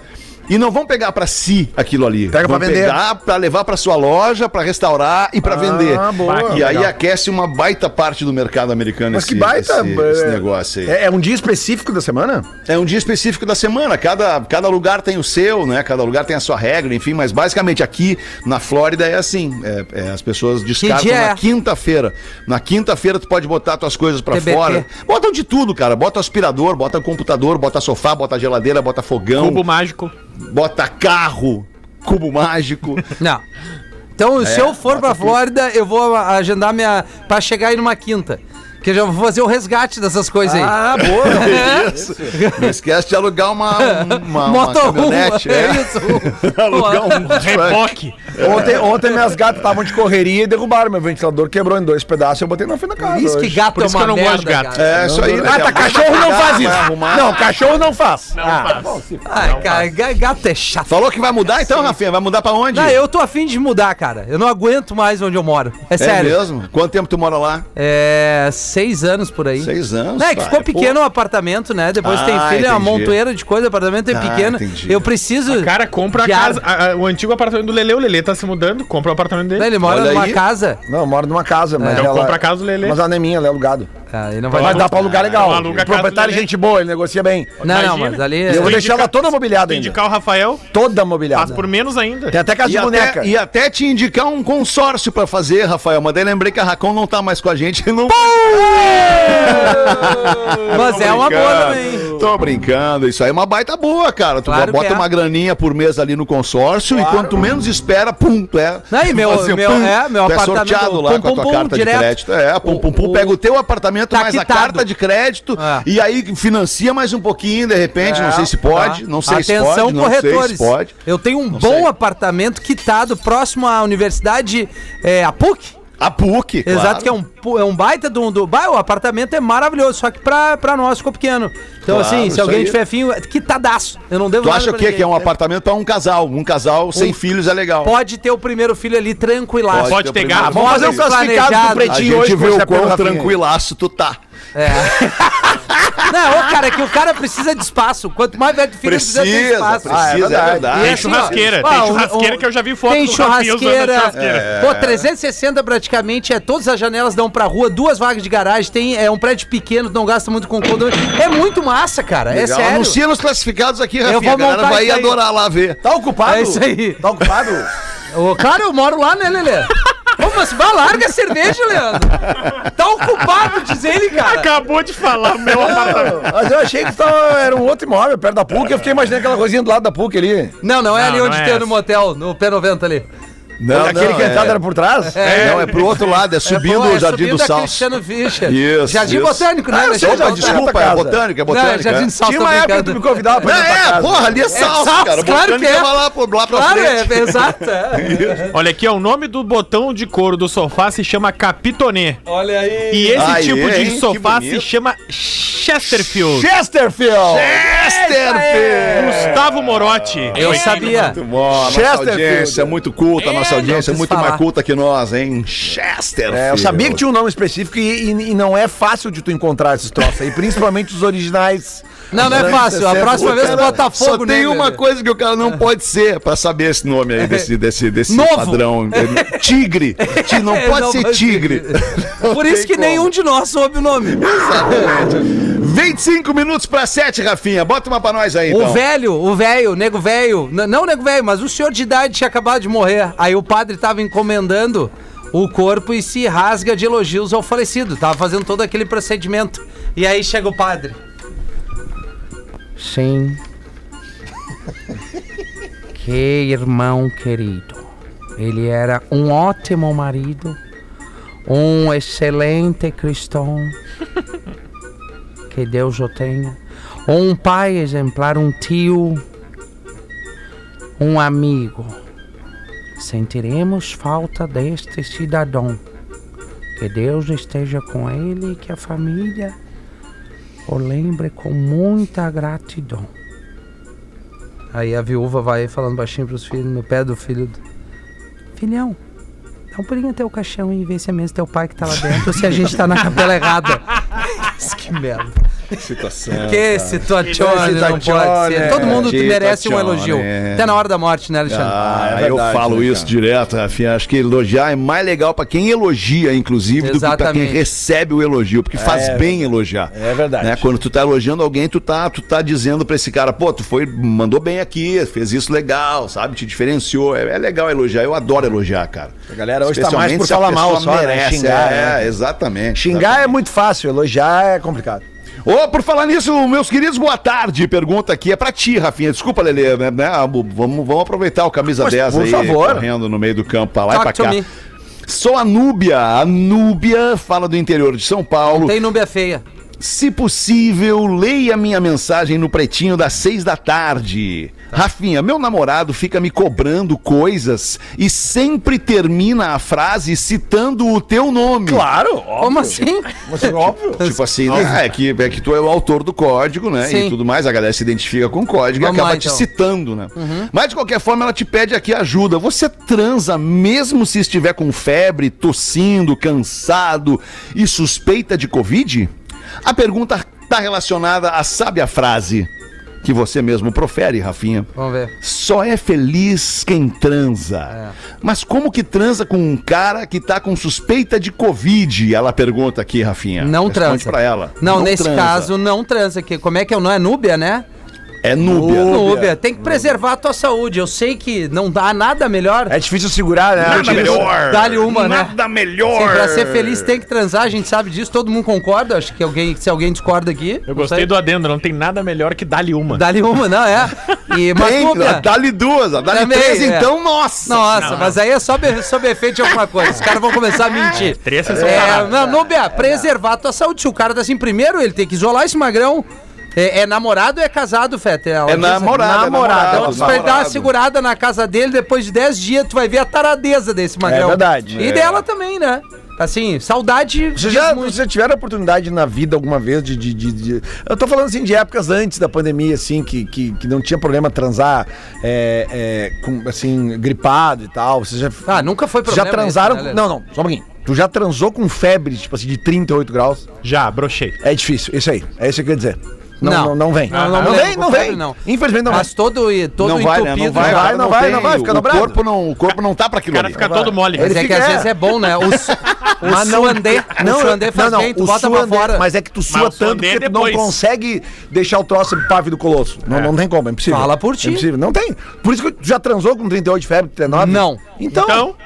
e não vão pegar para si aquilo ali. Pega vão pra vender. Ah, pegar para levar para sua loja, para restaurar e para vender. boa. E aí Legal. aquece uma baita parte do mercado americano Mas que esse- baita. esse- esse negócio aí. É, é um dia específico da semana? É um dia específico da semana, cada, cada lugar tem o seu, né? Cada lugar tem a sua regra, enfim, mas basicamente aqui na Flórida é assim, é- é, as pessoas descartam dia é? na quinta-feira. Na quinta-feira tu pode botar tuas coisas pra TBT. fora. Botam de tudo, cara. Bota aspirador, bota computador, bota sofá, bota geladeira, bota fogão, um Cubo mágico. bota carro, cubo mágico. Não. Então, se eu for pra Flórida, eu vou agendar minha. pra chegar aí numa quinta. Que eu já vou fazer o resgate dessas coisas aí. boa. Não esquece de alugar uma, uma, uma Motorhome, caminhonete. é É. isso. (laughs) (laughs) alugar um truck. Reboque. ontem, ontem minhas gatas estavam de correria e derrubaram. Meu ventilador quebrou em dois pedaços eu botei na frente da casa. Por isso que hoje. gato Por é isso que uma eu não merda, gosto de gato. cara. É isso aí, né? Ah, tá, cachorro não faz isso. Não, cachorro não faz. Ah, Ai, cara, ga- gato é chato. Falou que vai mudar então, Rafinha? Vai mudar pra onde? Não, eu tô afim de mudar, cara. Eu não aguento mais onde eu moro. É, É sério. mesmo? Quanto tempo tu mora lá? É. Seis anos por aí. Seis anos. Não, é que pai. ficou Pô, pequeno o apartamento, né? Depois Ah, tem filho, é uma entendi. montoeira de coisa, o apartamento é Ah, pequeno. entendi. Eu preciso. Cara, compra a de ar- casa. a- a- o antigo apartamento do Lele, o Lele tá se mudando, compra o apartamento Não, dele. ele mora Olha numa aí. casa. Não, eu moro numa casa, mas Então ela... compra a casa do Lelê. Mas ela não é minha, ela é alugado. Ah, ele não vai Mas, Então dar. dá pra alugar legal. Então aluga a o proprietário casa do é Lelê. gente boa, ele negocia bem. Não, não, Imagina. mas ali. é- E eu vou deixar ela toda mobiliada ainda. Indicar o Rafael, Toda faz mobiliada. por menos ainda. Tem até casa E de boneca. até, e até te indicar um consórcio pra fazer, Rafael. Mas daí lembrei que a Racon não tá mais com a gente. (laughs) Não... Mas é uma boa também. Tô brincando, isso aí é uma baita boa, cara. Tu Claro bota que é. uma graninha por mês ali no consórcio e quanto menos espera, pum, tu é. Não, e meu- (laughs) Assim, meu- é, meu tu apartamento, É sorteado lá pum, com a pum, tua pum, carta direto. de crédito. É, pum, pum, pum. O- Pega o teu apartamento Tá mais quitado. a carta de crédito É. e aí financia mais um pouquinho, de repente. não sei se pode, Tá? não sei se pode. Atenção, não sei se corretores. pode. Eu tenho um Não bom sei. apartamento quitado próximo à universidade é, a PUC. A PUC, claro. Exato, que é um, pu- é um baita do. do bah, o apartamento é maravilhoso, só que pra, pra nós ficou pequeno. Então, Claro, assim, se isso alguém aí. tiver fim, é quitadaço. Eu não devo Tu acha o pra quê? ninguém. né? Que é um apartamento pra um casal. Um casal sem filhos é legal. Pode ter o primeiro filho ali tranquilaço. Pode ter pegar. gato. Vamos fazer um Móveis classificado do planejado. A pretinho gente hoje. vê o com esse quão apelo, Rafinha. tranquilaço tu tá. É. (laughs) não, ô, cara, é que o cara precisa de espaço. Quanto mais velho fica, Precisa, precisa ter espaço. precisa, Ah, é verdade. é E verdade. Tem assim, ó, churrasqueira, ó, tem um- churrasqueira um- que eu já vi foto Tem do Rafinha usando churrasqueira. churrasqueira. É. Pô, 360 praticamente, é todas as janelas dão pra rua, duas vagas de garagem, tem é um prédio pequeno, não gasta muito com condomínio. É muito massa, cara. É Legal. sério. Anuncia nos classificados aqui, Eu Rafinha. A vou galera montar vai isso aí. adorar lá ver. Então, Tá ocupado? É isso aí. Tá ocupado? Ô, claro, eu moro lá, né, Lelê? Ô, mas vai, larga a cerveja, Leandro. Tá ocupado, diz ele, cara. Acabou de falar, meu apartamento. Mas eu achei que tava- era um outro imóvel perto da PUC. Eu fiquei imaginando aquela coisinha do lado da PUC ali. Não, não é Não, ali não onde é tem essa. no motel, no P90 ali. Não, Aquele que a entrada era por trás? É. Não, é pro outro lado, é subindo pô, o Jardim do da Salso. Cristiano Fischer. Isso, Jardim isso. Botânico, né? Ah, eu Alexandre? sei, Opa, Salso, desculpa, outra é casa. botânica, é Não, é botânica. Jardim do é. Salso, Tinha tô uma época que tu brincando. me convidava Não, pra ir pra é, casa. porra, ali é salso, Salso, cara. claro Botânica que é. vai lá, pro- lá pra Claro, frente. é, (laughs) exato. é. Olha aqui, ó, o nome do botão de couro do sofá se chama Capitonê. Olha aí. E esse Aê, tipo de hein? Que sofá se bonito. chama Chesterfield. Chesterfield! é. Chesterfield. Gustavo Morotti. Eu Foi sabia. Muito bom, a nossa Chesterfield. audiência é muito culta, a nossa É, audiência é não muito quis falar. mais culta que nós, hein? Chester. É, eu sabia que tinha um nome específico e, e- e não é fácil de tu encontrar esses troços aí, principalmente os originais. Não, não é fácil. A próxima vez né, tu bota Só fogo tem nele. uma coisa que o cara não pode ser pra saber esse nome aí, desse, desse, desse É. Novo. É, padrão. (laughs) Tigre. Ti- Não pode Não ser pode ser tigre. Por isso que nenhum de nós soube o nome. Exatamente. 25 minutos pra 7, Rafinha. Bota uma pra nós aí, O então. velho, o velho, o nego velho, n- não o nego velho, mas o senhor de idade tinha acabado de morrer. Aí o padre tava encomendando o corpo e se rasga de elogios ao falecido. Tava fazendo todo aquele procedimento. E aí chega o padre. Sim. que irmão querido. Ele era um ótimo marido, um excelente cristão. Que Deus o tenha. Um pai exemplar, um tio, um amigo. Sentiremos falta deste cidadão. Que Deus esteja com ele e que a família o lembre com muita gratidão. Aí a viúva vai falando baixinho pros filhos, no pé do filho. Filhão, dá um pulinho até o caixão e vê se é mesmo teu pai que tá lá dentro ou se a gente tá na Pela (laughs) errada. que merda. Situação. Que situazione, Que não pode situazione. ser. Todo mundo Que merece um situazione. elogio. Até Tá na hora da morte, né, Alexandre? Ah, Ah, é eu verdade, falo né, isso cara? direto, Rafinha. Acho que elogiar é mais legal pra quem elogia, inclusive, do que pra quem Exatamente. recebe o elogio, porque faz bem elogiar. É verdade. Né? Quando tu tá elogiando alguém, tu tá, tu tá dizendo pra esse cara, pô, tu foi, mandou bem aqui, fez isso legal, sabe? Te diferenciou. É, é legal elogiar, eu adoro elogiar, cara. A galera hoje tá mais Especialmente por se a falar mal pessoa só, né? merece. Xingar, é, né? exatamente. Xingar é muito fácil, elogiar é complicado. Ô, por falar nisso, meus queridos, boa tarde. Pergunta aqui é pra ti, Rafinha. Desculpa, Lelê, né? né, Abu? Vamos, vamos aproveitar o camisa Mas, 10 por aí, favor. correndo no meio do campo, pra lá e Talk pra to cá. me. Sou a Núbia. A Núbia fala do interior de São Paulo. Tem núbia feia. Se possível, leia minha mensagem no pretinho das seis da tarde. Rafinha, meu namorado fica me cobrando coisas e sempre termina a frase citando o teu nome. Claro, Como assim? Você, é óbvio. Tipo assim, né? é, que, é que tu é o autor do código, né? Sim. E tudo mais, a galera se identifica com o código Vamos e acaba lá, te então. Uhum. citando, né? Mas de qualquer forma, ela te pede aqui ajuda. Você transa mesmo se estiver com febre, tossindo, cansado e suspeita de Covid? A pergunta tá relacionada à sábia frase que você mesmo profere, Rafinha. Vamos ver. Só é feliz quem transa. Mas como que transa com um cara que tá com suspeita de Covid? Ela pergunta aqui, Rafinha. Não É, Responde transa. pra ela. Não, nesse transa. caso, não transa. Que, como é que é? Não é núbia, né? É núbia. Núbia. Tem que preservar a tua saúde. Eu sei que não dá nada melhor. É difícil segurar, né? Nada melhor. Dá-lhe uma, né? Nada melhor. Sim, pra ser feliz tem que transar, a gente sabe disso, todo mundo concorda. Acho que alguém, se alguém discorda aqui. Eu gostei do adendo, não tem nada melhor que dali uma. Dá-lhe uma, não, é. E, mas Tem, núbia. dá-lhe duas, dá-lhe Também, três, é. então, nossa. Nossa, mas aí é só be- sob efeito de alguma coisa. Os caras vão começar a mentir. Três é, É, não, Núbia, preservar a tua saúde. Se o cara tá assim, primeiro ele tem que isolar esse magrão. É, é namorado ou é casado, Feta? Ela É diz- namorado, é namorado, Então, tu vai dar uma namorado. segurada na casa dele, depois de 10 dias, tu vai ver a taradeza desse magrão. É verdade. E É. dela também, né? Assim, saudade. Vocês diz já, muito. vocês já tiveram oportunidade na vida alguma vez de, de, de- de- Eu tô falando assim de épocas antes da pandemia, assim, que, que, que não tinha problema transar é, é, com, assim, gripado e tal. Vocês já, Ah, nunca foi já problema. transaram. esse, com- né, não, não, só um pouquinho. Tu já transou com febre, tipo assim, de 38 graus? Já, brochei. É difícil, isso aí. É isso que eu ia dizer. Não, Não. não, não vem. Não, não lembro, vem, não com vem. febre, não. Infelizmente não Mas vem. todo, e- todo não vai, né? Não vai, não o vai, cara não vai, tem- não vai, fica o dobrado. corpo não, O corpo não tá pra O aquilo cara ali. fica todo mole. Mas Ele é que fica- às vezes é bom, né? O, su- o (laughs) suandê, o suandê faz bem, tu o bota pra suandê- fora. Mas é que tu sua o tanto suandê que é tu não depois. consegue deixar o troço pave do colosso. Não, não tem como, é impossível. Fala por ti. É impossível, não tem. Por isso que tu já transou com 38 de febre, 39? Não. Então, Então,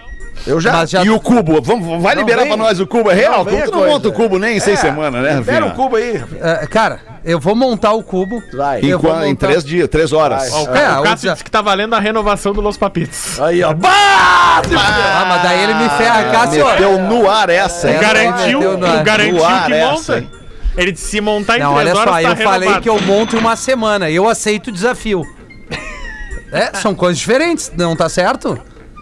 eu já... Mas já- E o cubo, vamos, vai Não liberar vem. pra nós o cubo, é real? vem a Tu não coisa. monta o cubo nem em seis É, semanas, né, Libera Rafinha? o cubo aí. É, cara, eu vou montar o cubo. Vai. Em, Eu vou qua- em montar- três dias, três horas. ó, o, É, Ca- o o Cássio já- disse que tá valendo a renovação do Los Papitos. Aí, ó. Ah, mas daí ele me ferra, Cássio. Ah, Meteu no ar essa, hein? Tá É, garantiu, não é, deu, não é. garantiu No ar que essa, monta. hein? Ele disse, se montar em Não, três olha horas, só, tá eu falei renovado. que eu monto em uma semana. Eu aceito o desafio. É, são coisas diferentes, não tá certo?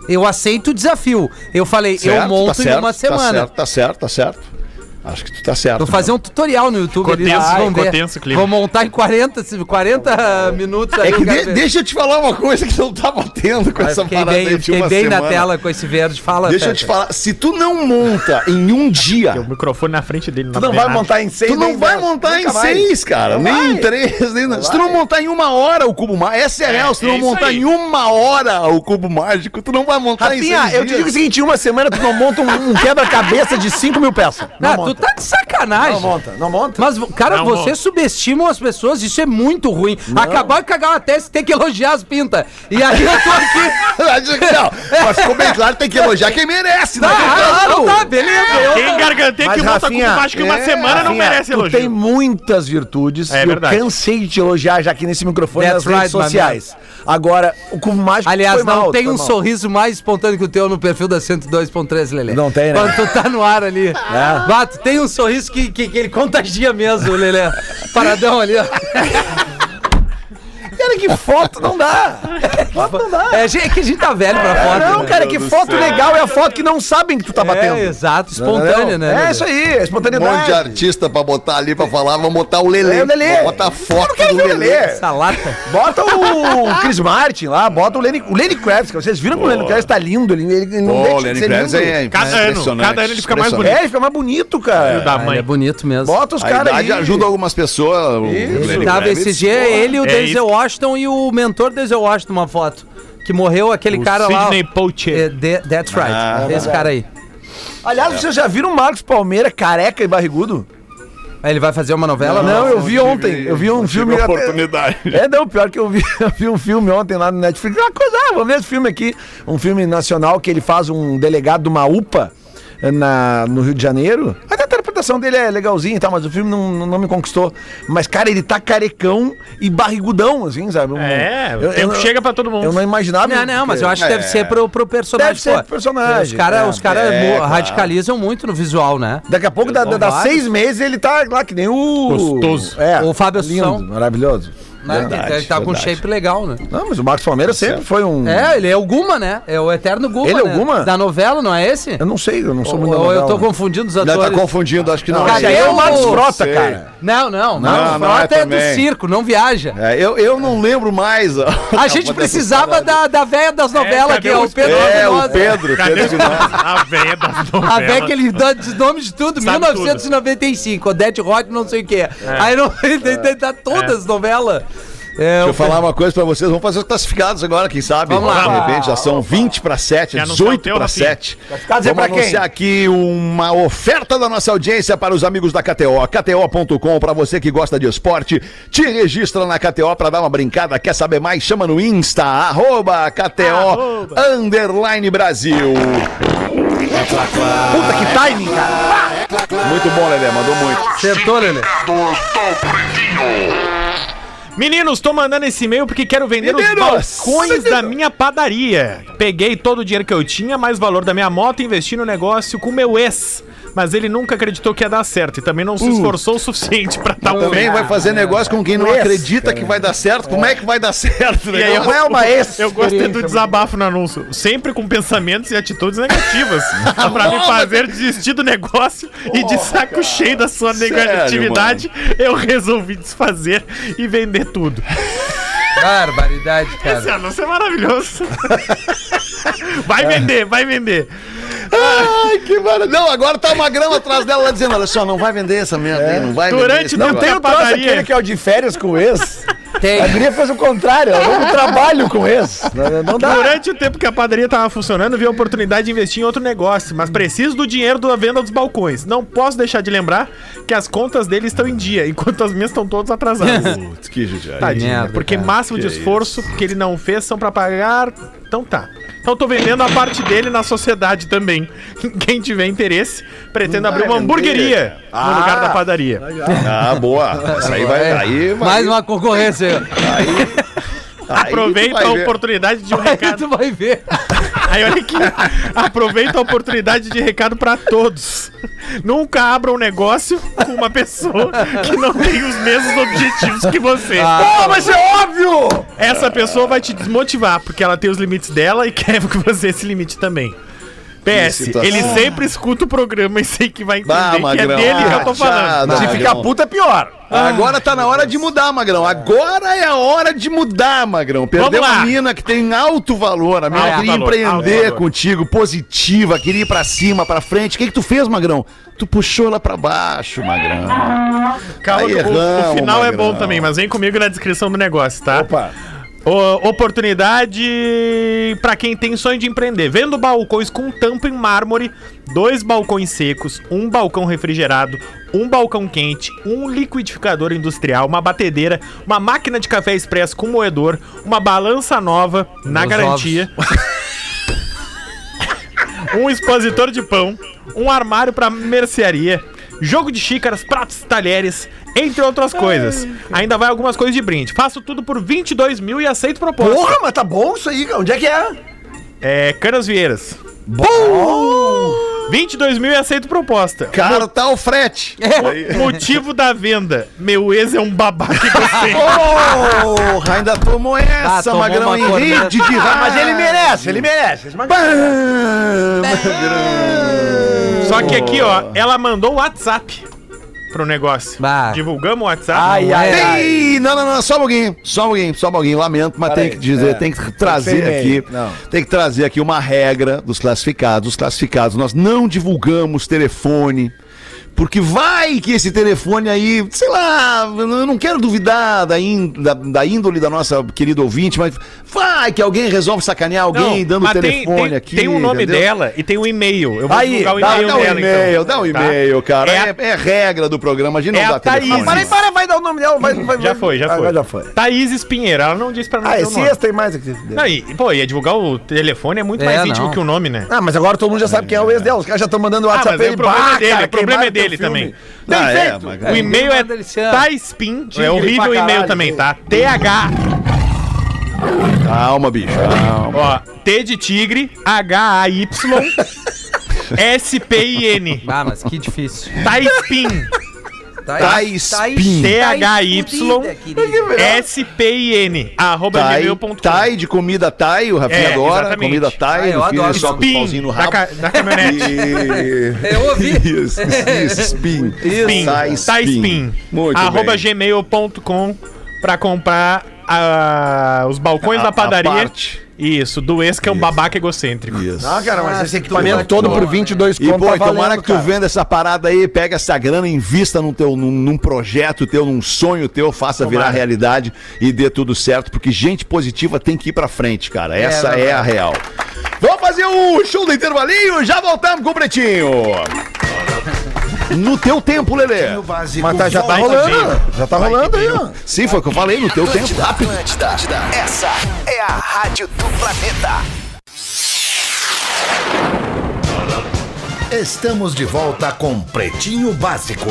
Eu aceito o desafio. Eu falei, eu Certo, monto tá certo, em uma Tá semana. certo, tá certo, tá certo. Acho que tu tá certo. Vou fazer um tutorial no YouTube. ali, Cotenso, vocês vão ver. cotenso o clima. Vou montar em 40, se- 40 minutos É ali, que eu quero de- ver. deixa eu te falar uma coisa que não tá batendo com Ah, eu essa Fiquei parada aí bem, de fiquei uma bem na semana. tela com esse verde. Fala, Deixa eu te Fetter. falar, se tu não monta em um dia, O microfone na frente dele Tu não vai montar em seis. tu não nem vai dez. montar em Nunca vai. seis, cara. Não nem vai. em três, nem nada. Se tu não montar em uma hora o cubo mágico, essa é, real. Se tu é não isso montar aí. em uma hora o cubo mágico, tu não vai montar em Rafinha, seis assim, ah, eu te dias. digo o seguinte: em uma semana tu não monta um, um quebra-cabeça de 5 mil peças. Não, Ah, tu monta. tá de sacanagem. não monta, não monta. Mas, cara, Não, vocês não. subestimam as pessoas, isso é muito ruim. Acabar de cagar uma tese tem que elogiar as pintas. E aí eu tô aqui. Eu digo que não, mas ficou bem claro, tem que elogiar quem merece, né? Tá, é claro. tá, beleza. eu- Quem garganteia que Mas, monta com Rafinha, baixo que uma é, semana não Rafinha, merece tu elogio. tem muitas virtudes É e eu verdade. cansei de te elogiar já aqui nesse microfone That's nas redes right, my sociais. Agora, o cubo mágico Aliás, foi não mal, tem foi um mal. sorriso mais espontâneo que o teu no perfil da 102.3, Lelê. Não tem, né? É. Quando tu tá no ar ali. Bato, tem um sorriso que, que, que ele contagia mesmo, Lelê. Paradão ali, ó. Cara, que foto não dá. foto não dá. É, gente, é que a gente tá velho pra (laughs) foto. não, né? cara, que foto legal é a foto que não sabem que tu tá batendo. É, exato, Espontânea, espontânea, né? É Lelê? isso aí, é Um monte de espontaneidade. artista pra botar ali pra falar, vamos botar o Lelê. É o Lelê. Vou botar a foto do ver o Lelê. Lelê. Essa lata. Bota o Chris Martin lá, bota o Lenny, o Lenny Kravitz, cara. Vocês viram que o Lenny Kravitz tá lindo, ele, ele ele não Pô, deixa o de Lenny ser Kravitz lindo. é Cada ano, impressionante, cada ano ele fica mais impressionante. bonito. É, ele fica mais bonito, Filho cara. da Ah, ele mãe. é bonito mesmo. Bota os A caras aí. idade ajuda algumas pessoas. o Ele Lenny tava Kravitz, esse dia, pô. ele, o É Denzel isso. Washington e o mentor Denzel Washington, uma foto. Que morreu aquele O cara lá. Sidney Poitier. É, de- that's right. Ah, Esse cara aí. Aliás, vocês já viram o Marcos Palmeira careca e barrigudo? Aí Ele vai fazer uma novela? Não, eu vi tive- ontem. Eu vi um não filme. tive até- oportunidade. É, não, pior que eu vi, (laughs) eu vi um filme ontem lá no Netflix. Uma coisa, ah, vamos ver esse filme aqui. Um filme nacional que ele faz um delegado de uma UPA eh, na, no Rio de Janeiro. Até a interpretação dele é legalzinha e tal, mas o filme não, não, não me conquistou. Mas, cara, ele tá carecão e barrigudão, assim, sabe? Um- É, o eu- tempo eu- chega pra todo mundo. Eu não imaginava. Não, não, mas eu acho que É. deve ser pro, pro personagem. Deve ser pro personagem, Os caras é. os cara É, mo- claro. radicalizam muito no visual, né? Daqui a pouco, da, da, das vários. seis meses, ele tá lá que nem o. Gostoso. É. O Fábio lindo, Assunção. Maravilhoso. Né? Ele deve estar com um shape legal, né? Não, mas o Marcos Palmeira Tá sempre foi um. É, ele é o Guma, né? É o eterno Guma. Ele é o né? Guma? Da novela, não é esse? Eu não sei, eu não sou muito. ou, da ou eu novela. tô confundindo os Não, tá atores? confundindo, acho que não. Não, Cadê esse aí é o o- Marcos Frota, Sei. cara. Não, não, não. Não, não é Frota é do também. circo, não viaja. É, eu, eu não lembro mais. ó. A gente Acabou precisava dessa parada. da, da véia das novelas, cadê que é o os- Pedro É, o Espinosa. Pedro. Cadê Pedro Vinal. (laughs) a véia das novelas? A véia que ele dá de nome de tudo, Sabe É. 1995, Odete Rock, não sei o que. Aí não, (laughs) ele tem- tem- dá todas as novelas. É, Deixa Então, o eu falar uma coisa pra vocês. Vamos fazer os classificados agora, quem sabe? Vamos lá. De repente já são 20 para 7, Quer anunciar o 18 teu, para Rafinha? 7. Classificados é Vamos pra quem? anunciar aqui uma oferta da nossa audiência para os amigos da KTO. KTO.com, para você que gosta de esporte, te registra na KTO para dar uma brincada. Quer saber mais? Chama no Insta, arroba KTO, underline Brasil. Puta que timing, cara. Muito bom, Lelê, mandou muito. acertou, Lelê. Meninos, tô mandando esse e-mail porque quero vender Meninos! os balcões da minha padaria. Peguei todo o dinheiro que eu tinha, mais o valor da minha moto e investi no negócio com meu ex. Mas ele nunca acreditou que ia dar certo e também não se esforçou o suficiente pra dar um Também bem. vai fazer negócio com quem não acredita que vai dar certo. Como é que vai dar (laughs) certo? um E aí eu- Não é uma ex. Eu gostei do desabafo no anúncio. Sempre com pensamentos e atitudes (laughs) negativas. pra me fazer desistir do negócio e de saco cheio da sua Sério, negatividade, eu resolvi desfazer e vender tudo. Barbaridade, Esse cara. anúncio é maravilhoso. (laughs) Vai vender, vai vender. Ai, (laughs) que maravilha. Não, agora tá uma grama atrás dela lá dizendo: olha só, não vai vender essa merda aí, não vai É. Durante vender. esse não negócio." tem Eu trouxe padaria. aquele que é o de férias com o ex. Tem. A guria fez o contrário, ela foi pro trabalho com o ex. Não, não dá. Durante o tempo que a padaria tava funcionando, vi a oportunidade de investir em outro negócio, mas preciso do dinheiro da venda dos balcões. Não posso deixar de lembrar que as contas dele estão em dia, enquanto as minhas estão todas atrasadas. Putz, que judiaria. Tadinho, merda, né? porque cara. máximo de esforço que ele não fez são pra pagar. Então tá. Então tô vendendo a parte dele na sociedade também. (laughs) Quem tiver interesse, pretendo abrir uma vender, hamburgueria cara. no lugar da padaria. Ah, boa. Essa aí É. vai. Aí, vai, Mais uma concorrência. aí tu (laughs) Aproveita vai tá. a ver. oportunidade de um Aí (laughs) recado. tu vai ver. Aí olha aqui. Aproveita a oportunidade de recado pra todos. Nunca abra um negócio com uma pessoa que não tem os mesmos objetivos que você. Ah, mas é óbvio! (laughs) Essa pessoa vai te desmotivar, porque ela tem os limites dela e quer que você se limite também. PS, situação. ele sempre escuta o programa e sei que vai entender Bah, que é Magrão, dele que eu tô ah, falando. chato. Se Ah, ficar não. puta, é pior. Ah. Agora tá na hora de mudar, Magrão. Agora é a hora de mudar, Magrão. Perdeu Vamos lá. uma mina que tem alto valor. A mina Alto queria valor, alto empreender valor. contigo, positiva, queria ir pra cima, pra frente. O que que tu fez, Magrão? Tu puxou ela pra baixo, Magrão. Ah. Calma, Aí o- o, erramos, final é bom Magrão. também, mas vem comigo na descrição do negócio, tá? Opa. O- oportunidade pra quem tem sonho de empreender. Vendo balcões com tampa em mármore, dois balcões secos, um balcão refrigerado, um balcão quente, um liquidificador industrial, uma batedeira, uma máquina de café expresso com moedor, uma balança nova na Meus garantia, um expositor de pão, um armário pra mercearia, jogo de xícaras, pratos, talheres, entre outras coisas. Ainda vai algumas coisas de brinde. Faço tudo por 22 mil e aceito proposta. Porra, mas tá bom isso aí, cara. Onde é que é? É, Canas Vieiras. Bom! 22 mil e aceito proposta. Cara, tá o frete. Motivo da venda. Meu ex é um babaca e você. Porra, ainda tomou essa, Ah, tomou Magrão. uma Em corneta. rede de ra- Ah, Mas ele merece, ele merece. Só que aqui, ó, ela mandou o WhatsApp pro negócio. Bah. Divulgamos o WhatsApp. Ai, ai, ai. Ei, não, não, não, só um pouquinho, só um pouquinho, só um pouquinho, lamento, mas Pera tem aí, que dizer, é. tem que trazer Sem aqui, e-mail, não. tem que trazer aqui uma regra dos classificados, os classificados, nós não divulgamos telefone, porque vai que esse telefone aí, sei lá, eu não quero duvidar da, ín- da- da índole da nossa querida ouvinte, mas vai que alguém resolve sacanear alguém dando o mas tem- telefone tem, aqui. Tem o nome entendeu? dela e tem o e-mail. Eu vou Aí, divulgar o Dá, e-mail dá um dela, e-mail, então. dá um tá? e-mail, cara. É a- É, é regra do programa, a gente não É a dá telefone. Thaís. Mas Para, para, vai dar o nome dela. Vai, é- vai, Já vai. foi, já foi. Agora já foi. Thaís Espinheira, ela não disse pra nós Ah, o esse é nome. esse tem mais aqui. Não, e, pô, ia divulgar o telefone é muito É, mais íntimo não. que o nome, né? Ah, mas agora todo mundo já sabe quem é o ex dela. Os caras já estão mandando WhatsApp Ah, mas aí o problema é dele, o problema é dele também. Bem Ah, é, feito. mas- o e-mail é manda ele ser- Taispin. É pra horrível o e-mail caralho, também, tá? TH. Calma, bicho. Calma. Ó, T de tigre, H-A-Y, S-P-I-N. Ah, mas que difícil. Tá Taispin. Thais Pin. THY. querida. S-P-I-N. Arroba Thai, gmail.com. thai de comida Thai, o Rafinha É, adora. exatamente. Comida Thai, Ah, eu no fim adoro. ele sobe os Spin. pauzinhos no Da, rabo. ca- da caminhonete. E- (laughs) Eu (laughs) ouvi. Isso, isso, spin. Spin. Thai Taispin. tá Muito bem. Arroba gmail.com pra comprar ah, os balcões A- da a padaria. parte. Isso, do ex que é um babaca egocêntrico. Isso. Ah, cara, mas esse equipamento vai todo tomar, por né? 22 E, conto pô, tá tomara valendo, que tu cara. venda essa parada aí, pega essa grana, invista num, teu, num, num projeto teu, num sonho teu, faça virar realidade e dê tudo certo, porque gente positiva tem que ir pra frente, cara. Essa é, a real. Vamos fazer o show do intervalinho, já voltamos com o (laughs) Pretinho. No teu tempo, Lelê. Mas tá, já tá Vai que rolando. Já tá rolando aí, ó. Sim, foi o que eu falei, no teu tempo. Rápido. Essa é a Rádio do Planeta. Estamos de volta com Pretinho Básico.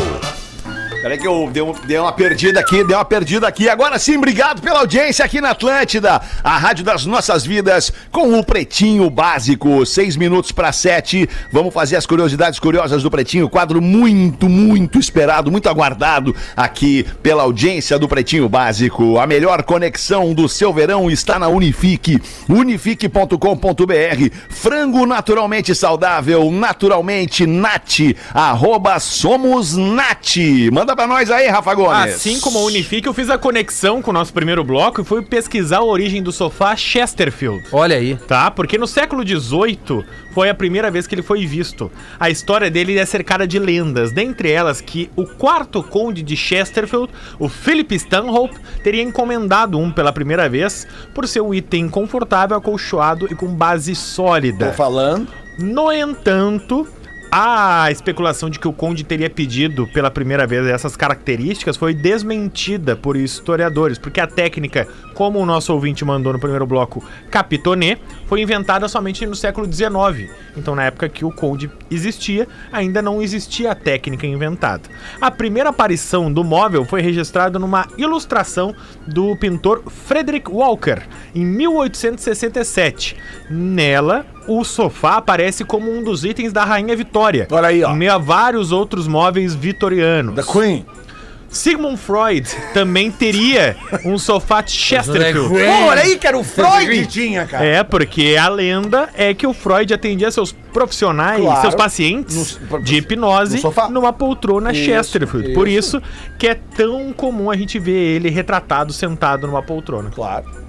Peraí que eu dei, um- dei uma perdida aqui, dei uma perdida aqui. Agora sim, obrigado pela audiência aqui na Atlântida, a rádio das nossas vidas, com o Pretinho Básico. Seis minutos para sete. Vamos fazer as curiosidades curiosas do Pretinho. Quadro muito, muito esperado, muito aguardado aqui pela audiência do Pretinho Básico. A melhor conexão do seu verão está na Unifique. Unifique.com.br. Frango naturalmente saudável, naturalmente Nat. Arroba Somos Nat. Manda pra nós aí, Rafa Gomes. Assim como a Unifique, eu fiz a conexão com o nosso primeiro bloco e fui pesquisar a origem do sofá Chesterfield. Olha aí. Tá? Porque no século XVIII foi a primeira vez que ele foi visto. A história dele é cercada de lendas, dentre elas que o quarto conde de Chesterfield, o Philip Stanhope, teria encomendado um pela primeira vez por ser um item confortável, acolchoado e com base sólida. falando. No entanto, a especulação de que o Conde teria pedido pela primeira vez essas características foi desmentida por historiadores, porque a técnica, como o nosso ouvinte mandou no primeiro bloco, capitonê, foi inventada somente no século XIX. Então, na época que o Conde existia, ainda não existia a técnica inventada. A primeira aparição do móvel foi registrada numa ilustração do pintor Frederick Walker, em 1867. Nela, o sofá aparece como um dos itens da Rainha Vitória. Olha aí, ó. Em meio a vários outros móveis vitorianos. Da Queen. Sigmund Freud também teria um sofá Chesterfield. é, Pô, olha aí, cara, o Freud que tinha, cara. É, porque a lenda é que o Freud atendia seus profissionais, Claro. seus pacientes No- de hipnose no sofá. numa poltrona Isso, Chesterfield. Por isso que é tão comum a gente ver ele retratado sentado numa poltrona. Claro.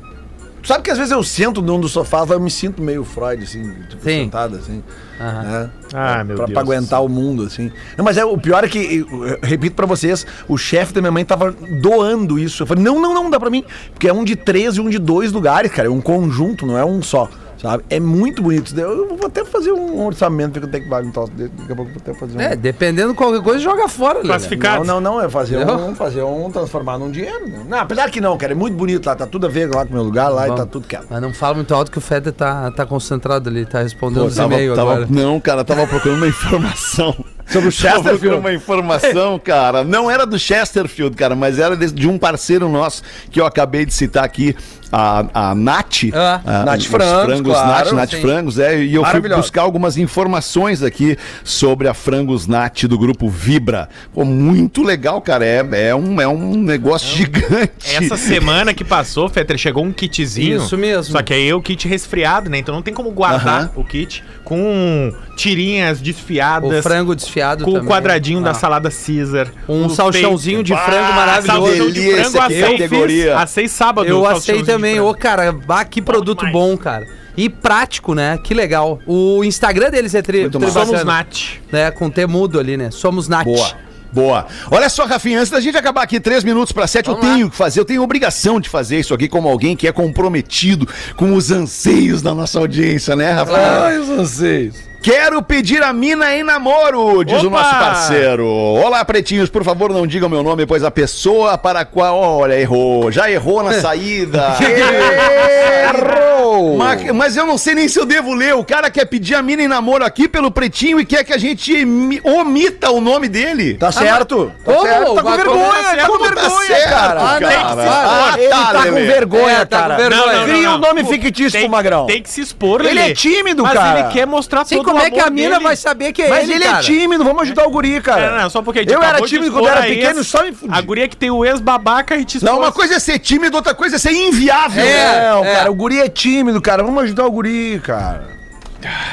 Tu sabe que às vezes eu sento num dos sofás, eu me sinto meio Freud, assim, tipo, Sim. sentado, assim. né? Ah, meu pra, Deus Pra do aguentar o mundo, assim. Não, mas é, o pior é que, eu, eu repito pra vocês, o chefe da minha mãe tava doando isso. Eu falei, não, não, não, dá pra mim. Porque é um de três e um de dois lugares, cara. É um conjunto, não é um só. Sabe? É muito bonito. Eu vou até fazer um orçamento, porque eu tenho que vai um tal. Daqui a pouco eu vou até fazer um. É, dependendo de qualquer coisa, joga fora, Lelê. Classificado. Não, não, não, é fazer Entendeu? um, fazer um, transformar num dinheiro. né? Não, apesar que não, cara, é muito bonito lá, tá tudo a ver lá com o meu lugar, lá Bom. e tá tudo quieto. Mas não fala muito alto que o Feder tá, tá concentrado ali, tá respondendo os Tava- e-mails tava- agora. Não, cara, tava procurando uma informação. (laughs) Sobre o Tava procurando Chesterfield. uma informação, cara. Não era do Chesterfield, cara, mas era de, de um parceiro nosso que eu acabei de citar aqui, a, a Nath. Ah. a- Nath os Frangos, claro, Nath, Nath sim. Frangos, é. E eu fui Maravilhosa. buscar algumas informações aqui sobre a Frangos Nath do grupo Vibra. Pô, muito legal, cara. É, é, um, é um negócio gigante. é Essa semana que passou, Fetter, chegou um kitzinho. Isso mesmo. Só que aí é o kit resfriado, né? Então não tem como guardar o kit com tirinhas desfiadas. O frango desfiado com o também. quadradinho da Ah. salada Caesar. Um o salchãozinho de Ah, frango maravilhoso. Salchão de Delícia, frango, que assei, categoria. fiz, assei sábado. Eu o achei salchãozinho de também. frango. Ô, cara, bah, que produto demais. bom, cara. E prático, né? Que legal. O Instagram deles é tri, Muito massa. tribacana, Somos Nath. Né? Com T mudo ali, né? Somos Nath. Boa. Boa. Olha só, Rafinha, antes da gente acabar aqui, três minutos para sete, eu tenho que fazer, eu tenho obrigação de fazer isso aqui como alguém que é comprometido com os anseios da nossa audiência, né, Rafinha? eu não sei. Quero pedir a mina em namoro, diz o Opa! nosso parceiro. Olá, pretinhos, por favor, não digam meu nome, pois a pessoa para a qual. Olha, errou. Já errou na saída. errou! Mas, mas eu não sei nem se eu devo ler. O cara quer pedir a mina em namoro aqui pelo pretinho e quer que a gente emi- omita o nome dele. Tá certo. tá como? certo. Tá com Mas como vergonha, tá tá com Tá vergonha, certo, cara. Ah, tem que se- Ah, Ele tá, tá, com Lelê. vergonha, É, tá com cara. vergonha. Cria um nome fictício tem, pro Magrão. Tem que se expor, Ele Lelê. é tímido, Mas cara. ele quer mostrar Sim, todo como o é que amor a mina dele. vai saber que é Mas ele, ele, é cara? tímido, vamos ajudar o guri, cara. Não, não, só porque a gente Eu era acabou de tímido expor quando era a pequeno, ex- só me A guria que tem o ex-babaca e te expôs. Não, uma coisa é ser tímido, outra coisa é ser inviável. É, Não, é. cara, o guri é tímido, cara. Vamos ajudar o guri, cara.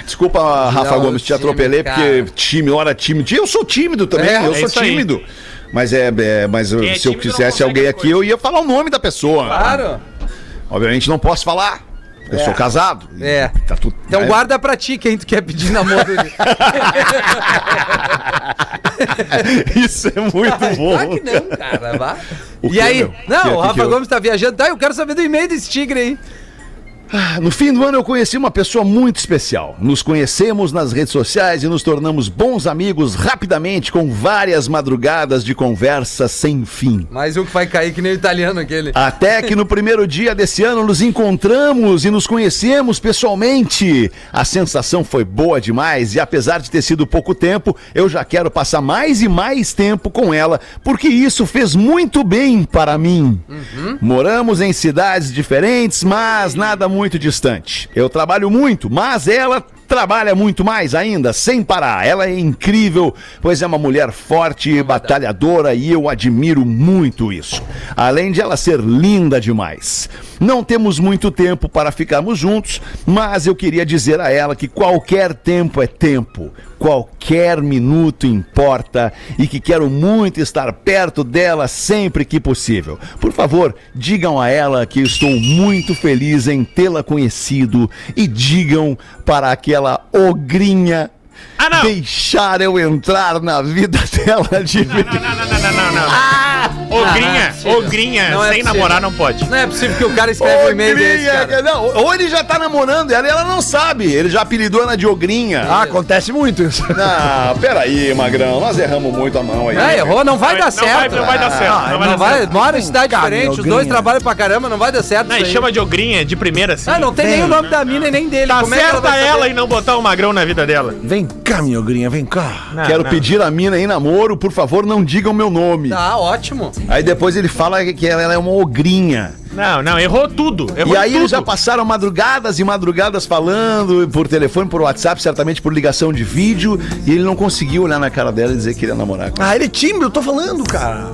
Desculpa, Rafa Não, Gomes, te time, atropelei, cara. porque time, hora time. Eu sou tímido também, É, eu é sou isso aí. tímido. Mas é, é, mas eu- é se eu tímido não quisesse consegue alguém aqui, coisa. eu ia falar o nome da pessoa. Claro. Obviamente não posso falar. Eu sou casado. É. Tá tudo. Então né? guarda pra ti quem tu quer pedir namoro. (laughs) Isso é muito bom. Ah, que não, cara. Vá. O e quê, aí? meu? Não, Que- o que Rafa que eu- Gomes tá viajando. Tá, eu quero saber do e-mail desse tigre aí. No fim do ano eu conheci uma pessoa muito especial. Nos conhecemos nas redes sociais e nos tornamos bons amigos rapidamente com várias madrugadas de conversa sem fim. Mais um que vai cair que nem o italiano aquele. Até que no primeiro dia desse ano nos encontramos e nos conhecemos pessoalmente. A sensação foi boa demais e apesar de ter sido pouco tempo, eu já quero passar mais e mais tempo com ela, porque isso fez muito bem para mim. Moramos em cidades diferentes, mas nada muito distante. Eu trabalho muito, mas ela trabalha muito mais ainda, sem parar. Ela é incrível, pois é uma mulher forte e batalhadora e eu admiro muito isso. Além de ela ser linda demais. Não temos muito tempo para ficarmos juntos, mas eu queria dizer a ela que qualquer tempo é tempo, qualquer minuto importa e que quero muito estar perto dela sempre que possível. Por favor, digam a ela que estou muito feliz em tê-la conhecido e digam para aquela ogrinha Ah, não. deixar eu entrar na vida (laughs) dela de vez. Não, não, não, não, não. Ah! ogrinha, possível. ogrinha, Não é sem possível. namorar não pode. Não é possível que o cara escreve um e-mail desse, cara. não, ou ele já tá namorando ela e ela não sabe. Ele já apelidou ela de ogrinha. Ah, acontece muito isso. Ah, peraí, Magrão, nós erramos muito a mão aí. Ah, errou, não vai dar não certo. Vai, não vai dar certo. Ah, não vai Não dar vai, certo. mora em cidade diferente, os dois Alguinha. trabalham pra caramba, não vai dar certo. Não, isso e aí. chama de ogrinha, de primeira, assim. Ah, não tem nem o nome da mina e nem dele. Tá Como é que certa vai ela, saber? e não botar o magrão na vida dela. Vem cá, minha ogrinha, vem cá. Não, Quero Ah, não. pedir a mina em namoro, por favor, não digam meu nome. Tá, ótimo. Aí depois ele fala que ela é uma ogrinha. Não, não, errou tudo. Errou e aí É tudo. eles já passaram madrugadas e madrugadas falando por telefone, por WhatsApp, certamente por ligação de vídeo, e ele não conseguiu olhar na cara dela e dizer que queria namorar com ela. Ah, ele é tímido, eu tô falando, cara.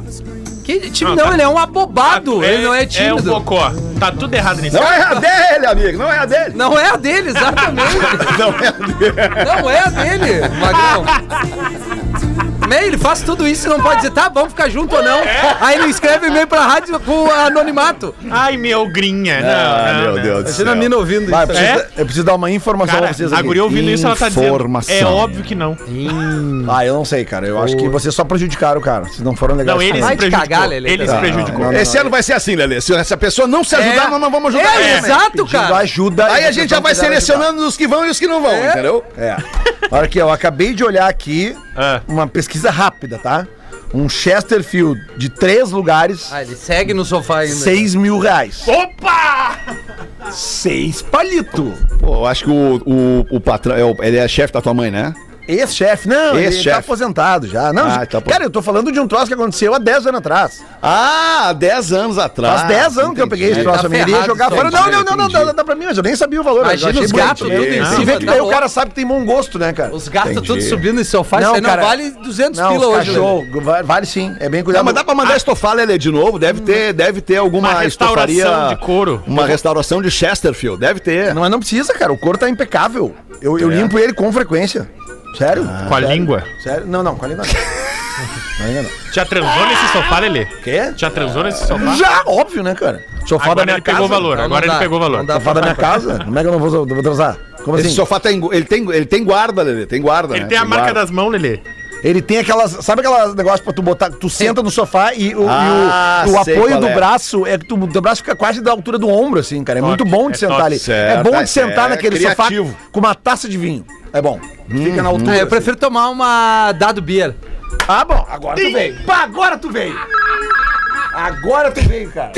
Que time Não, não, tá- ele é um abobado, ele não é É um tímido. bocó. Tá tudo errado nisso. Não é a dele, amigo, não é a dele. não é a dele, (laughs) exatamente. Não é a dele. Não é a dele, Magrão. Né, Ele faz tudo isso e não pode dizer, tá, vamos ficar junto ou não. É? Aí ele escreve e-mail pra rádio com anonimato. Ai, meu grinha. Não, Ah, não, meu não. Deus do Imagina céu. a mina ouvindo isso. Eu preciso, É? eu preciso dar uma informação Cara, pra vocês a guria ouvindo isso, ela tá dizendo. Informação. É óbvio que não. Ah, eu não sei, cara. Eu acho que vocês só prejudicaram o cara. Vocês não foram legais. Não, ele é. Vai se te prejudicou. cagar, Lelê. ele se Não, prejudicou. não, não. Esse ano vai ser assim, Lelê. Se essa pessoa não se ajudar, É. nós não vamos É, ajudar. ela. exato, Pedindo cara. ajuda. Aí e a gente já vai tentando ajudar. selecionando os que vão e os que não vão, entendeu? É. Olha aqui, eu acabei de olhar aqui Ah. uma pesquisa rápida, tá? Um Chesterfield de três lugares, Ah, ele segue no sofá ainda. seis mil reais. Opa! Seis palito. Pô, eu acho que o, o, o patrão, é o- ele é chefe da tua mãe, né? Ex-chefe, não, ele Ex-chefe. tá aposentado já. Não, Ah, tá apo- cara, eu tô falando de um troço que aconteceu há 10 anos atrás. Ah, 10 anos atrás. É. Faz 10 anos que eu peguei esse troço. Ah, Tá Eu me iria ferrado, jogar então, fora. Não, entendi, não, não, não, entendi. dá, dá pra mim, mas eu nem sabia o valor. Imagina eu achei os bonito, gatos né? tudo em Não, cima, Se vê que tá daí o louco. cara sabe que tem bom gosto, né, cara? Os gatos Entendi. todos subindo no sofá, isso Não, aí não cara. vale 200 Não, pila hoje. né? cachorro, va- vale sim, é bem Ah, Não, cuidado. mas dá pra mandar estofar, Lelê, de novo. Deve ter, deve ter alguma Uma restauração estofaria- de couro. Uma restauração de Chesterfield. Deve ter. Não, mas não precisa, cara. O couro tá impecável. Eu, eu É. limpo ele com frequência. Sério? Ah. Com a língua. Sério? Não, não, com a língua (laughs) não. Com a língua não. Já transou nesse sofá, Lelê? Quê? Já transou nesse sofá? Já, óbvio, né, cara? Sofá Agora da minha ele pegou o casa. valor, Não, não agora ele dá, pegou o não valor. dá Sofá da minha casa? Como é que eu não vou, vou transar? Como Esse assim? sofá tem, ele tem, ele tem guarda, Lelê. Tem guarda, Ele né? tem a marca guarda. das mãos, Lelê. Ele tem aquelas. Sabe aquelas negócio pra tu botar. Tu senta no sofá e o, e o- Ah, o sei apoio qual do é. braço é que tu, o teu braço fica quase da altura do ombro, assim, cara. É muito bom de é sentar top, ali. é certo, bom é de sentar certo, naquele criativo. Hum. sofá com uma taça de vinho. É bom. Fica na altura. Ah, eu assim. prefiro tomar uma dado beer. Ah, bom, agora tu veio. Pá, agora tu veio. Agora tu veio, cara.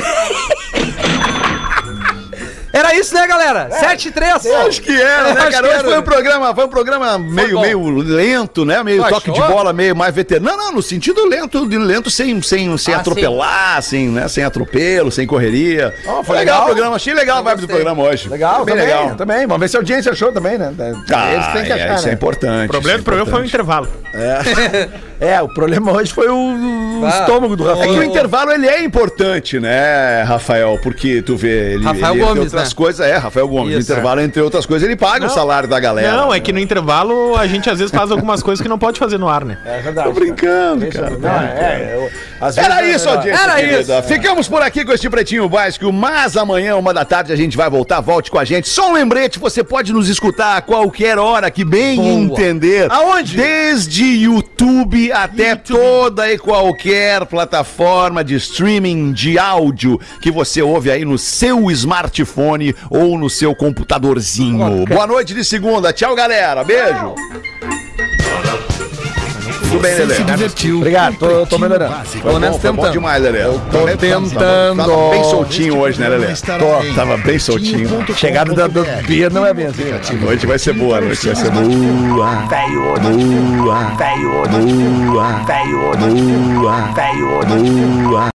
Era isso, né, galera? 7 e 3. É. Acho que era, né, cara? Hoje é. foi um programa, foi um programa meio, bom. meio lento, né? Meio Tu toque de achou? bola, meio mais veterano. Não, não, no sentido lento, de lento sem, sem, sem Ah, atropelar, sem, né? Sem atropelo, sem correria. Ó, foi foi legal, legal. o programa, achei legal a vibe do programa hoje. Legal, Foi bem também, legal. também. Vamos ver se a audiência achou também, né? Ah, Eles têm que é, achar, isso é né? importante. O problema isso do é programa foi o importante. intervalo. É, o problema hoje foi o, o Ah, estômago do É Rafael. que o intervalo ele é importante, né, Rafael? Porque tu vê, ele, Rafael ele, entre Gomes, outras né? coisas, é, Rafael Gomes. O Isso. intervalo, entre outras coisas, ele paga o salário da galera. Não, é que no intervalo a gente às vezes faz algumas coisas que não pode fazer no ar, né? É verdade. Tô brincando, cara. Não, é, eu- às vezes Era é isso, melhor. audiência. Era querida. tipo Ficamos por aqui com este Pretinho Básico, mas amanhã, uma da tarde, a gente vai voltar. Volte com a gente. Só um lembrete: você pode nos escutar a qualquer hora que bem Boa. entender. Aonde? Desde YouTube até toda e qualquer plataforma de streaming de áudio que você ouve aí no seu smartphone ou no seu computadorzinho. Boa noite de segunda. Tchau, galera. Beijo. Tudo bem, Lelê? divertiu. Obrigado, tô- tô melhorando. Pelo menos Bom tentando. demais, Lelê. Eu tô tentando. Tava bem soltinho hoje, né, Lelê? Tô. Tava bem soltinho. Chegada da, da Bia não é bem assim, cara. A noite vai ser boa, a noite vai ser boa. Boa. Boa. Boa. Boa.